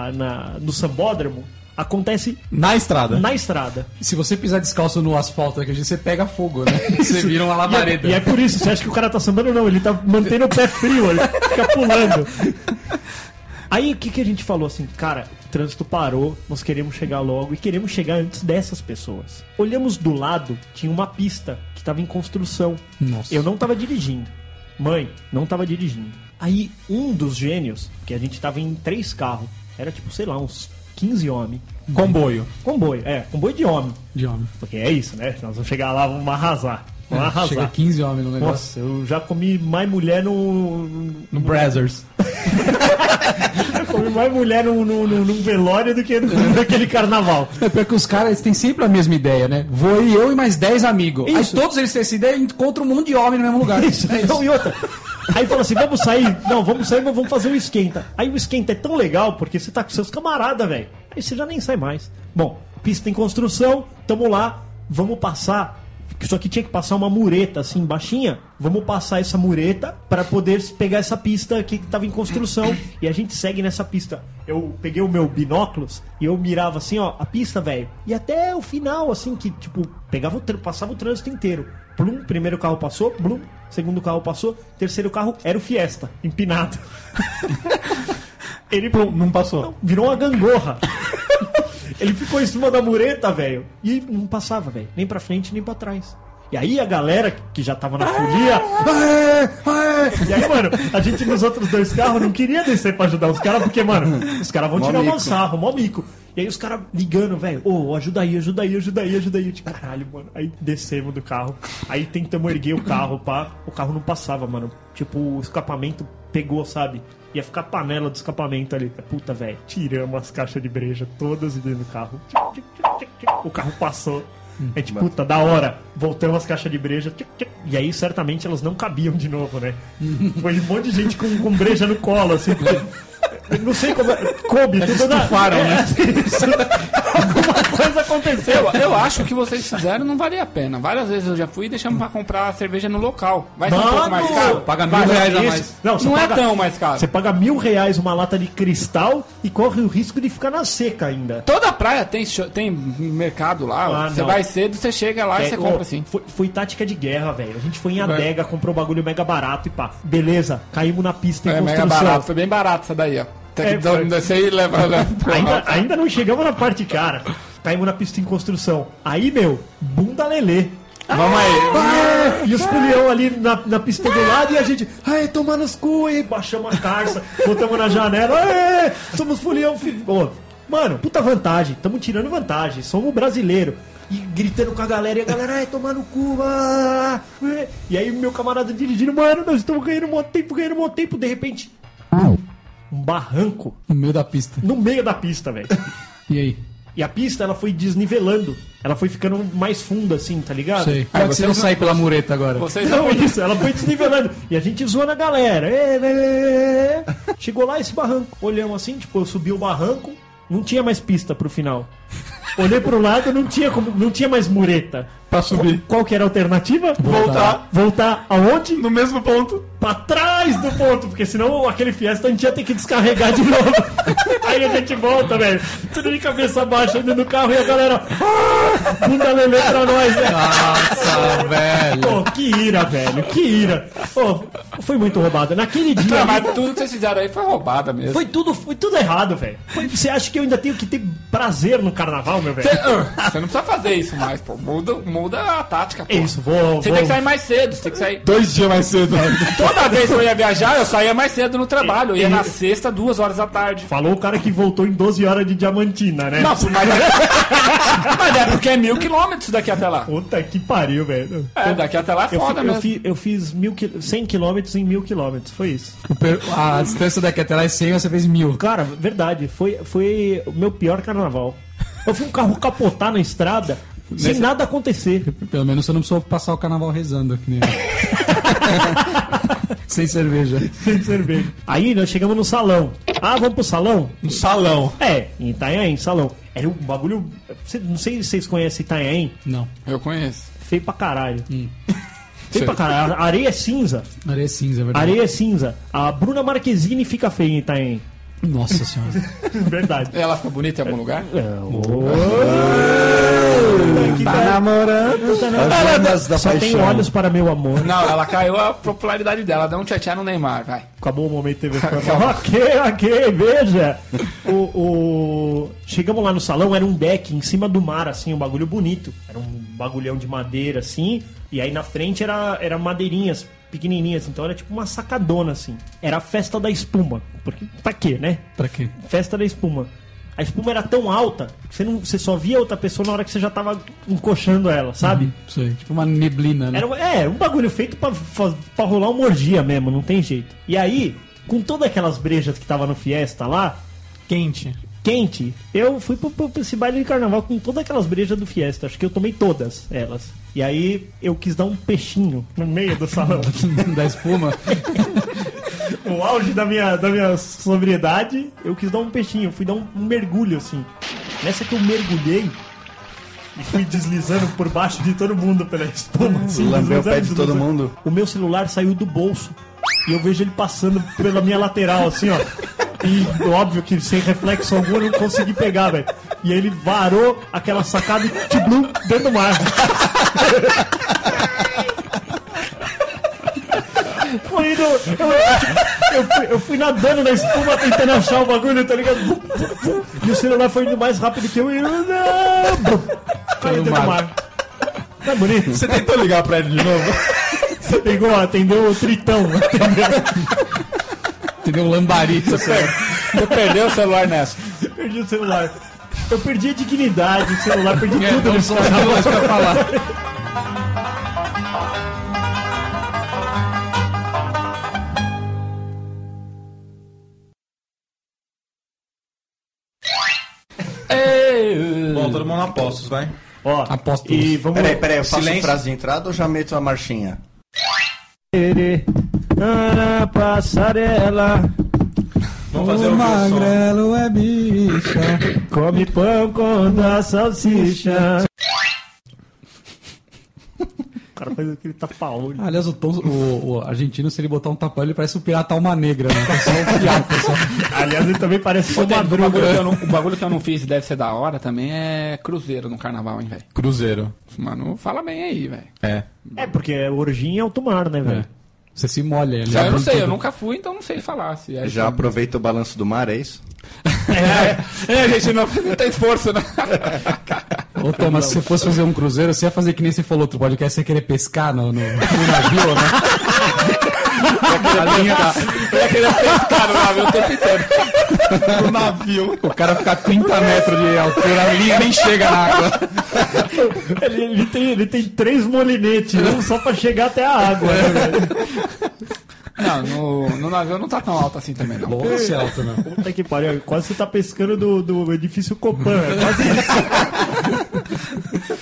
[SPEAKER 2] a- na- no sambódromo acontece
[SPEAKER 1] Na
[SPEAKER 5] Né?
[SPEAKER 1] estrada.
[SPEAKER 2] na estrada.
[SPEAKER 5] Se você pisar descalço no asfalto, que a gente, você pega fogo, né? Você vira uma
[SPEAKER 2] E é,
[SPEAKER 5] labareda.
[SPEAKER 2] e é por isso, você acha que o cara tá sambando? Não, ele tá mantendo o pé frio, ele fica pulando. Aí o que, que a gente falou assim, cara, o trânsito parou, nós queremos chegar logo e queremos chegar antes dessas pessoas. Olhamos do lado, tinha uma pista que tava em construção.
[SPEAKER 5] Nossa.
[SPEAKER 2] Eu não tava dirigindo. Mãe, não tava dirigindo. Aí um dos gênios, que a gente tava em três carros, era tipo, sei lá, uns 15 homens.
[SPEAKER 1] Comboio.
[SPEAKER 2] Comboio, é, comboio de homem.
[SPEAKER 5] De homem. É,
[SPEAKER 2] Porque é isso, né? Nós vamos chegar lá, vamos arrasar. Vamos arrasar.
[SPEAKER 5] Chega 15 homens no negócio.
[SPEAKER 2] Nossa, eu já comi mais mulher no.
[SPEAKER 1] No Brazzers.
[SPEAKER 2] já comi mais mulher num no, no, num velório do que no- naquele carnaval.
[SPEAKER 5] É porque os caras eles têm sempre a mesma ideia, né? Vou ir eu e mais 10 amigos.
[SPEAKER 2] Isso.
[SPEAKER 5] Aí todos eles têm essa ideia e encontram um monte de homem no mesmo lugar.
[SPEAKER 2] Isso, não, e outra. Aí fala assim: vamos sair? Não, vamos sair, mas vamos fazer um esquenta. Aí o esquenta é tão legal porque você tá com seus camaradas, velho. Aí você já nem sai mais. Bom, pista em construção, tamo lá, vamos passar. Isso aqui tinha que passar uma mureta assim, baixinha. Vamos passar essa mureta pra poder pegar essa pista aqui que tava em construção. E a gente segue nessa pista. Eu peguei o meu binóculos e eu mirava assim, ó, a pista, velho. E até o final, assim, que tipo, pegava o trânsito, passava o trânsito inteiro. Blum, primeiro carro passou, blum, segundo carro passou, terceiro carro era o Fiesta, empinado. Ele blum, não passou. Virou uma gangorra. Ele ficou em cima da mureta, velho, e não passava, velho, nem pra frente, nem pra trás. E aí a galera que já tava na folia, e aí, mano, a gente nos outros dois carros não queria descer pra ajudar os caras, porque, mano, os caras vão tirar um sarro, mó mico. E aí os caras ligando, velho, ô, ajuda aí, ajuda aí, ajuda aí, ajuda aí. Eu, Tipo, caralho, mano. Aí descemos do carro, aí tentamos erguer o carro, pá. O carro não passava, mano. Tipo, o escapamento pegou, sabe? Ia ficar panela do escapamento ali. Puta, velho, tiramos as caixas de breja todas de dentro do carro. Tchic, tchic, tchic, tchic. O carro passou. A gente, puta, da hora. Voltamos as caixas de breja. Tchic, tchic. E aí, certamente, elas não cabiam de novo, né? Foi um monte de gente com, com breja no colo, assim. porque- eu Não sei como. é. Coube, tudo na-
[SPEAKER 3] estufaram,
[SPEAKER 2] é,
[SPEAKER 3] né?
[SPEAKER 2] isso. Alguma coisa aconteceu.
[SPEAKER 3] Eu, eu acho que vocês fizeram não valia a pena. Várias vezes eu já fui e deixamos pra comprar a cerveja no local. Vai ser um pouco mais caro?
[SPEAKER 5] paga mil reais a mais.
[SPEAKER 2] Não,
[SPEAKER 3] Não,
[SPEAKER 2] você
[SPEAKER 3] é
[SPEAKER 2] paga-
[SPEAKER 3] tão mais caro.
[SPEAKER 2] Você paga mil reais uma lata de cristal e corre o risco de ficar na seca ainda.
[SPEAKER 3] Toda praia tem, cho- tem mercado lá.
[SPEAKER 2] Ah,
[SPEAKER 3] você
[SPEAKER 2] não.
[SPEAKER 3] vai cedo, você chega lá e
[SPEAKER 2] É,
[SPEAKER 3] você
[SPEAKER 2] ô,
[SPEAKER 3] compra assim.
[SPEAKER 2] Foi, foi tática de guerra, velho. A gente foi em adega, comprou um bagulho mega barato e pá. Beleza, caímos na pista em
[SPEAKER 3] É mega
[SPEAKER 2] construção.
[SPEAKER 3] barato, foi bem barato essa daí, ó. Até
[SPEAKER 2] É,
[SPEAKER 3] que é,
[SPEAKER 2] foi.
[SPEAKER 3] descer e leva. leva pro
[SPEAKER 2] Ainda,
[SPEAKER 3] alto.
[SPEAKER 2] Tá ainda não chegamos na parte cara. Caímos na pista em construção. Aí, meu, bunda lelê. Ah, Vamos aí. E os pulião ali na, na pista do lado e a gente, ai, tomando os cu, e baixamos a carça, botamos na janela, aê, somos pulião. fi- Ô, Mano, puta vantagem, estamos tirando vantagem, somos brasileiro. E gritando com a galera, e a galera, ai, tomar no cu, ah, ué. E aí meu camarada dirigindo, mano, nós estamos ganhando um tempo, ganhando um tempo, de repente, um barranco
[SPEAKER 5] No meio da pista.
[SPEAKER 2] no meio da pista, velho.
[SPEAKER 5] E aí?
[SPEAKER 2] E a pista, ela foi desnivelando. Ela foi ficando mais funda, assim, tá ligado?
[SPEAKER 5] Sei. Como é que você não sair pela mureta agora?
[SPEAKER 3] Vocês
[SPEAKER 2] Não, isso, ela foi desnivelando. E a gente zoando a galera. Ê, né, né, né. Chegou lá esse barranco. Olhamos assim, tipo, eu subi o barranco, não tinha mais pista pro final. Olhei pro lado, não tinha, como- não tinha mais mureta.
[SPEAKER 1] Pra subir.
[SPEAKER 2] Qual que era a alternativa?
[SPEAKER 1] Voltar.
[SPEAKER 2] Voltar aonde?
[SPEAKER 1] No mesmo ponto.
[SPEAKER 2] pra trás do ponto, porque senão aquele Fiesta a gente ia ter que descarregar de novo. Aí a gente volta, velho. Tudo de cabeça baixa indo no carro e a galera. "Ah, Bunda lelê pra nós, né?
[SPEAKER 5] Nossa, velho.
[SPEAKER 2] Pô, que ira, velho, que ira. Pô, foi muito roubado. Naquele dia.
[SPEAKER 3] Não, mas tudo que vocês fizeram aí foi roubada mesmo.
[SPEAKER 2] Foi tudo, foi tudo errado, velho. Foi- Você acha que eu ainda tenho que ter prazer no carnaval, meu velho?
[SPEAKER 3] Você ah, você não precisa fazer isso mais, pô. Muda, muda a tática, pô.
[SPEAKER 2] É isso, vou.
[SPEAKER 3] Você
[SPEAKER 2] vou-
[SPEAKER 3] tem que sair mais cedo, você tem que sair.
[SPEAKER 1] Dois dias mais cedo.
[SPEAKER 3] Toda vez que eu ia viajar, eu saía mais cedo no trabalho. Eu ia na sexta, duas horas da tarde.
[SPEAKER 2] Falou o cara que voltou em 12 horas de diamantina, né?
[SPEAKER 3] Não, mas... mas é porque é mil quilômetros daqui até lá.
[SPEAKER 2] Puta que pariu, velho.
[SPEAKER 3] É, daqui até lá é
[SPEAKER 2] Eu,
[SPEAKER 3] foda
[SPEAKER 2] fi- eu
[SPEAKER 3] mesmo.
[SPEAKER 2] fi- eu fiz mil quil- 100 quilômetros em mil quilômetros, foi isso.
[SPEAKER 5] O per- A distância daqui até lá é 100, você fez mil.
[SPEAKER 2] Cara, verdade, foi, foi o meu pior carnaval. Eu fui um carro capotar na estrada sem nada acontecer.
[SPEAKER 5] Pelo menos você não precisou passar o carnaval rezando, que nem eu. Sem cerveja.
[SPEAKER 2] Aí nós chegamos no salão. Ah, vamos pro salão?
[SPEAKER 1] Um salão.
[SPEAKER 2] É, em Itanhaém, salão. Era um bagulho. cê- Não sei se vocês conhecem Itanhaém.
[SPEAKER 5] Não.
[SPEAKER 3] Eu conheço.
[SPEAKER 2] Feio pra caralho. Feio pra caralho. A areia é cinza.
[SPEAKER 5] Areia cinza, é
[SPEAKER 2] A
[SPEAKER 5] verdade.
[SPEAKER 2] areia é cinza. A Bruna Marquezine fica feia em Itanhaém.
[SPEAKER 5] Nossa senhora.
[SPEAKER 2] Verdade. É,
[SPEAKER 3] Ela fica bonita em algum lugar?
[SPEAKER 2] Tá
[SPEAKER 6] namorando Tá as ondas da
[SPEAKER 2] Só tem
[SPEAKER 6] paixão.
[SPEAKER 2] olhos para meu amor.
[SPEAKER 3] Não, ela caiu a popularidade dela. Dá um tchá no Neymar, vai.
[SPEAKER 2] Acabou o momento TV Formal. ok, ok, veja. O, o- Chegamos lá no salão, era um deck em cima do mar, assim, um bagulho bonito. Era um bagulhão de madeira, assim. E aí na frente era, era madeirinhas pequenininhas, então era tipo uma sacadona, assim. Era a festa da espuma. Porque, pra quê, né?
[SPEAKER 5] Pra quê?
[SPEAKER 2] Festa da espuma. A espuma era tão alta que você, não, você só via outra pessoa na hora que você já tava encoxando ela, sabe?
[SPEAKER 5] Isso aí. Tipo uma neblina, né?
[SPEAKER 2] Era, um- é, um bagulho feito pra, fa- pra rolar uma orgia mesmo, não tem jeito. E aí, com todas aquelas brejas que tava no Fiesta lá,
[SPEAKER 4] Quente.
[SPEAKER 2] um quente, eu fui pro, pro, pra esse baile de carnaval com todas aquelas brejas do Fiesta. Acho que eu tomei todas elas. E aí, eu quis dar um peixinho no meio do salão.
[SPEAKER 5] da espuma.
[SPEAKER 2] no auge da minha, da minha sobriedade, eu quis dar um peixinho. Fui dar um, um mergulho, assim. Nessa que eu mergulhei... E fui deslizando por baixo de todo mundo pela espuma. assim,
[SPEAKER 6] Lambeu o pé de
[SPEAKER 2] deslizando,
[SPEAKER 6] todo
[SPEAKER 2] deslizando.
[SPEAKER 6] mundo.
[SPEAKER 2] O meu celular saiu do bolso e eu vejo ele passando pela minha lateral, assim, ó. E óbvio que sem reflexo algum eu não consegui pegar, velho. E ele varou aquela sacada e tiblum dentro do mar. Foi indo, eu, eu fui, eu fui nadando na espuma tentando achar o bagulho, tá ligado? Bum, bum, bum. E o celular foi indo mais rápido que eu e. Não, bum. Caiu dentro do mar. Tá bonito?
[SPEAKER 1] Você tentou ligar pra ele de novo?
[SPEAKER 2] Você pegou, atendeu o tritão.
[SPEAKER 5] Entendeu? Um Lambarito. assim.
[SPEAKER 3] Eu perdi o celular nessa.
[SPEAKER 2] perdi o celular. Eu perdi a dignidade, o celular, perdi
[SPEAKER 5] É,
[SPEAKER 2] tudo
[SPEAKER 5] não
[SPEAKER 2] nesse
[SPEAKER 5] só mais pra falar.
[SPEAKER 1] Bom, todo mundo apostos, vai.
[SPEAKER 2] Ó,
[SPEAKER 5] Apóstolos.
[SPEAKER 2] e vamos
[SPEAKER 6] Peraí, peraí, eu faço
[SPEAKER 1] Silêncio.
[SPEAKER 6] frase de entrada ou já meto a marchinha?
[SPEAKER 2] Ana passarela,
[SPEAKER 1] Vamos fazer o som.
[SPEAKER 5] magrelo é bicha.
[SPEAKER 2] come pão com da salsicha. O cara faz aquele tapa-olho.
[SPEAKER 5] Aliás, o, Tom, o, o argentino, se ele botar um tapão, ele parece um pirata alma negra, né? Só um pirata, só.
[SPEAKER 2] Aliás, ele também parece só
[SPEAKER 3] O bagulho,
[SPEAKER 2] madruga.
[SPEAKER 3] que eu não, o bagulho que eu não fiz e deve ser da hora também é cruzeiro no carnaval, hein, velho.
[SPEAKER 1] Cruzeiro.
[SPEAKER 3] Mano, fala bem aí, velho.
[SPEAKER 1] É.
[SPEAKER 2] É, porque é orgia em alto mar, né, velho?
[SPEAKER 5] Você se molha ele. um
[SPEAKER 3] Eu não sei, eu nunca fui, então não sei falar. Se é
[SPEAKER 6] Já aproveita o balanço do mar, é isso?
[SPEAKER 3] É, é, gente, não, não tem esforço, né?
[SPEAKER 5] Ô, Thomas, se você fosse fazer um cruzeiro, você ia fazer que nem você falou outro podcast, você ia querer pescar no, no, no navio, né? tá- É
[SPEAKER 4] no navio.
[SPEAKER 5] O cara ficar 30 metros de altura, a linha nem chega na água.
[SPEAKER 2] Ele, ele tem, ele tem três molinetes, um só pra chegar até a água. né, velho?
[SPEAKER 3] Não, no, no navio não tá tão alto assim também, não.
[SPEAKER 5] Nossa, é alto, né?
[SPEAKER 2] Puta que né? pariu, quase você tá pescando do, do edifício Copan. É quase isso.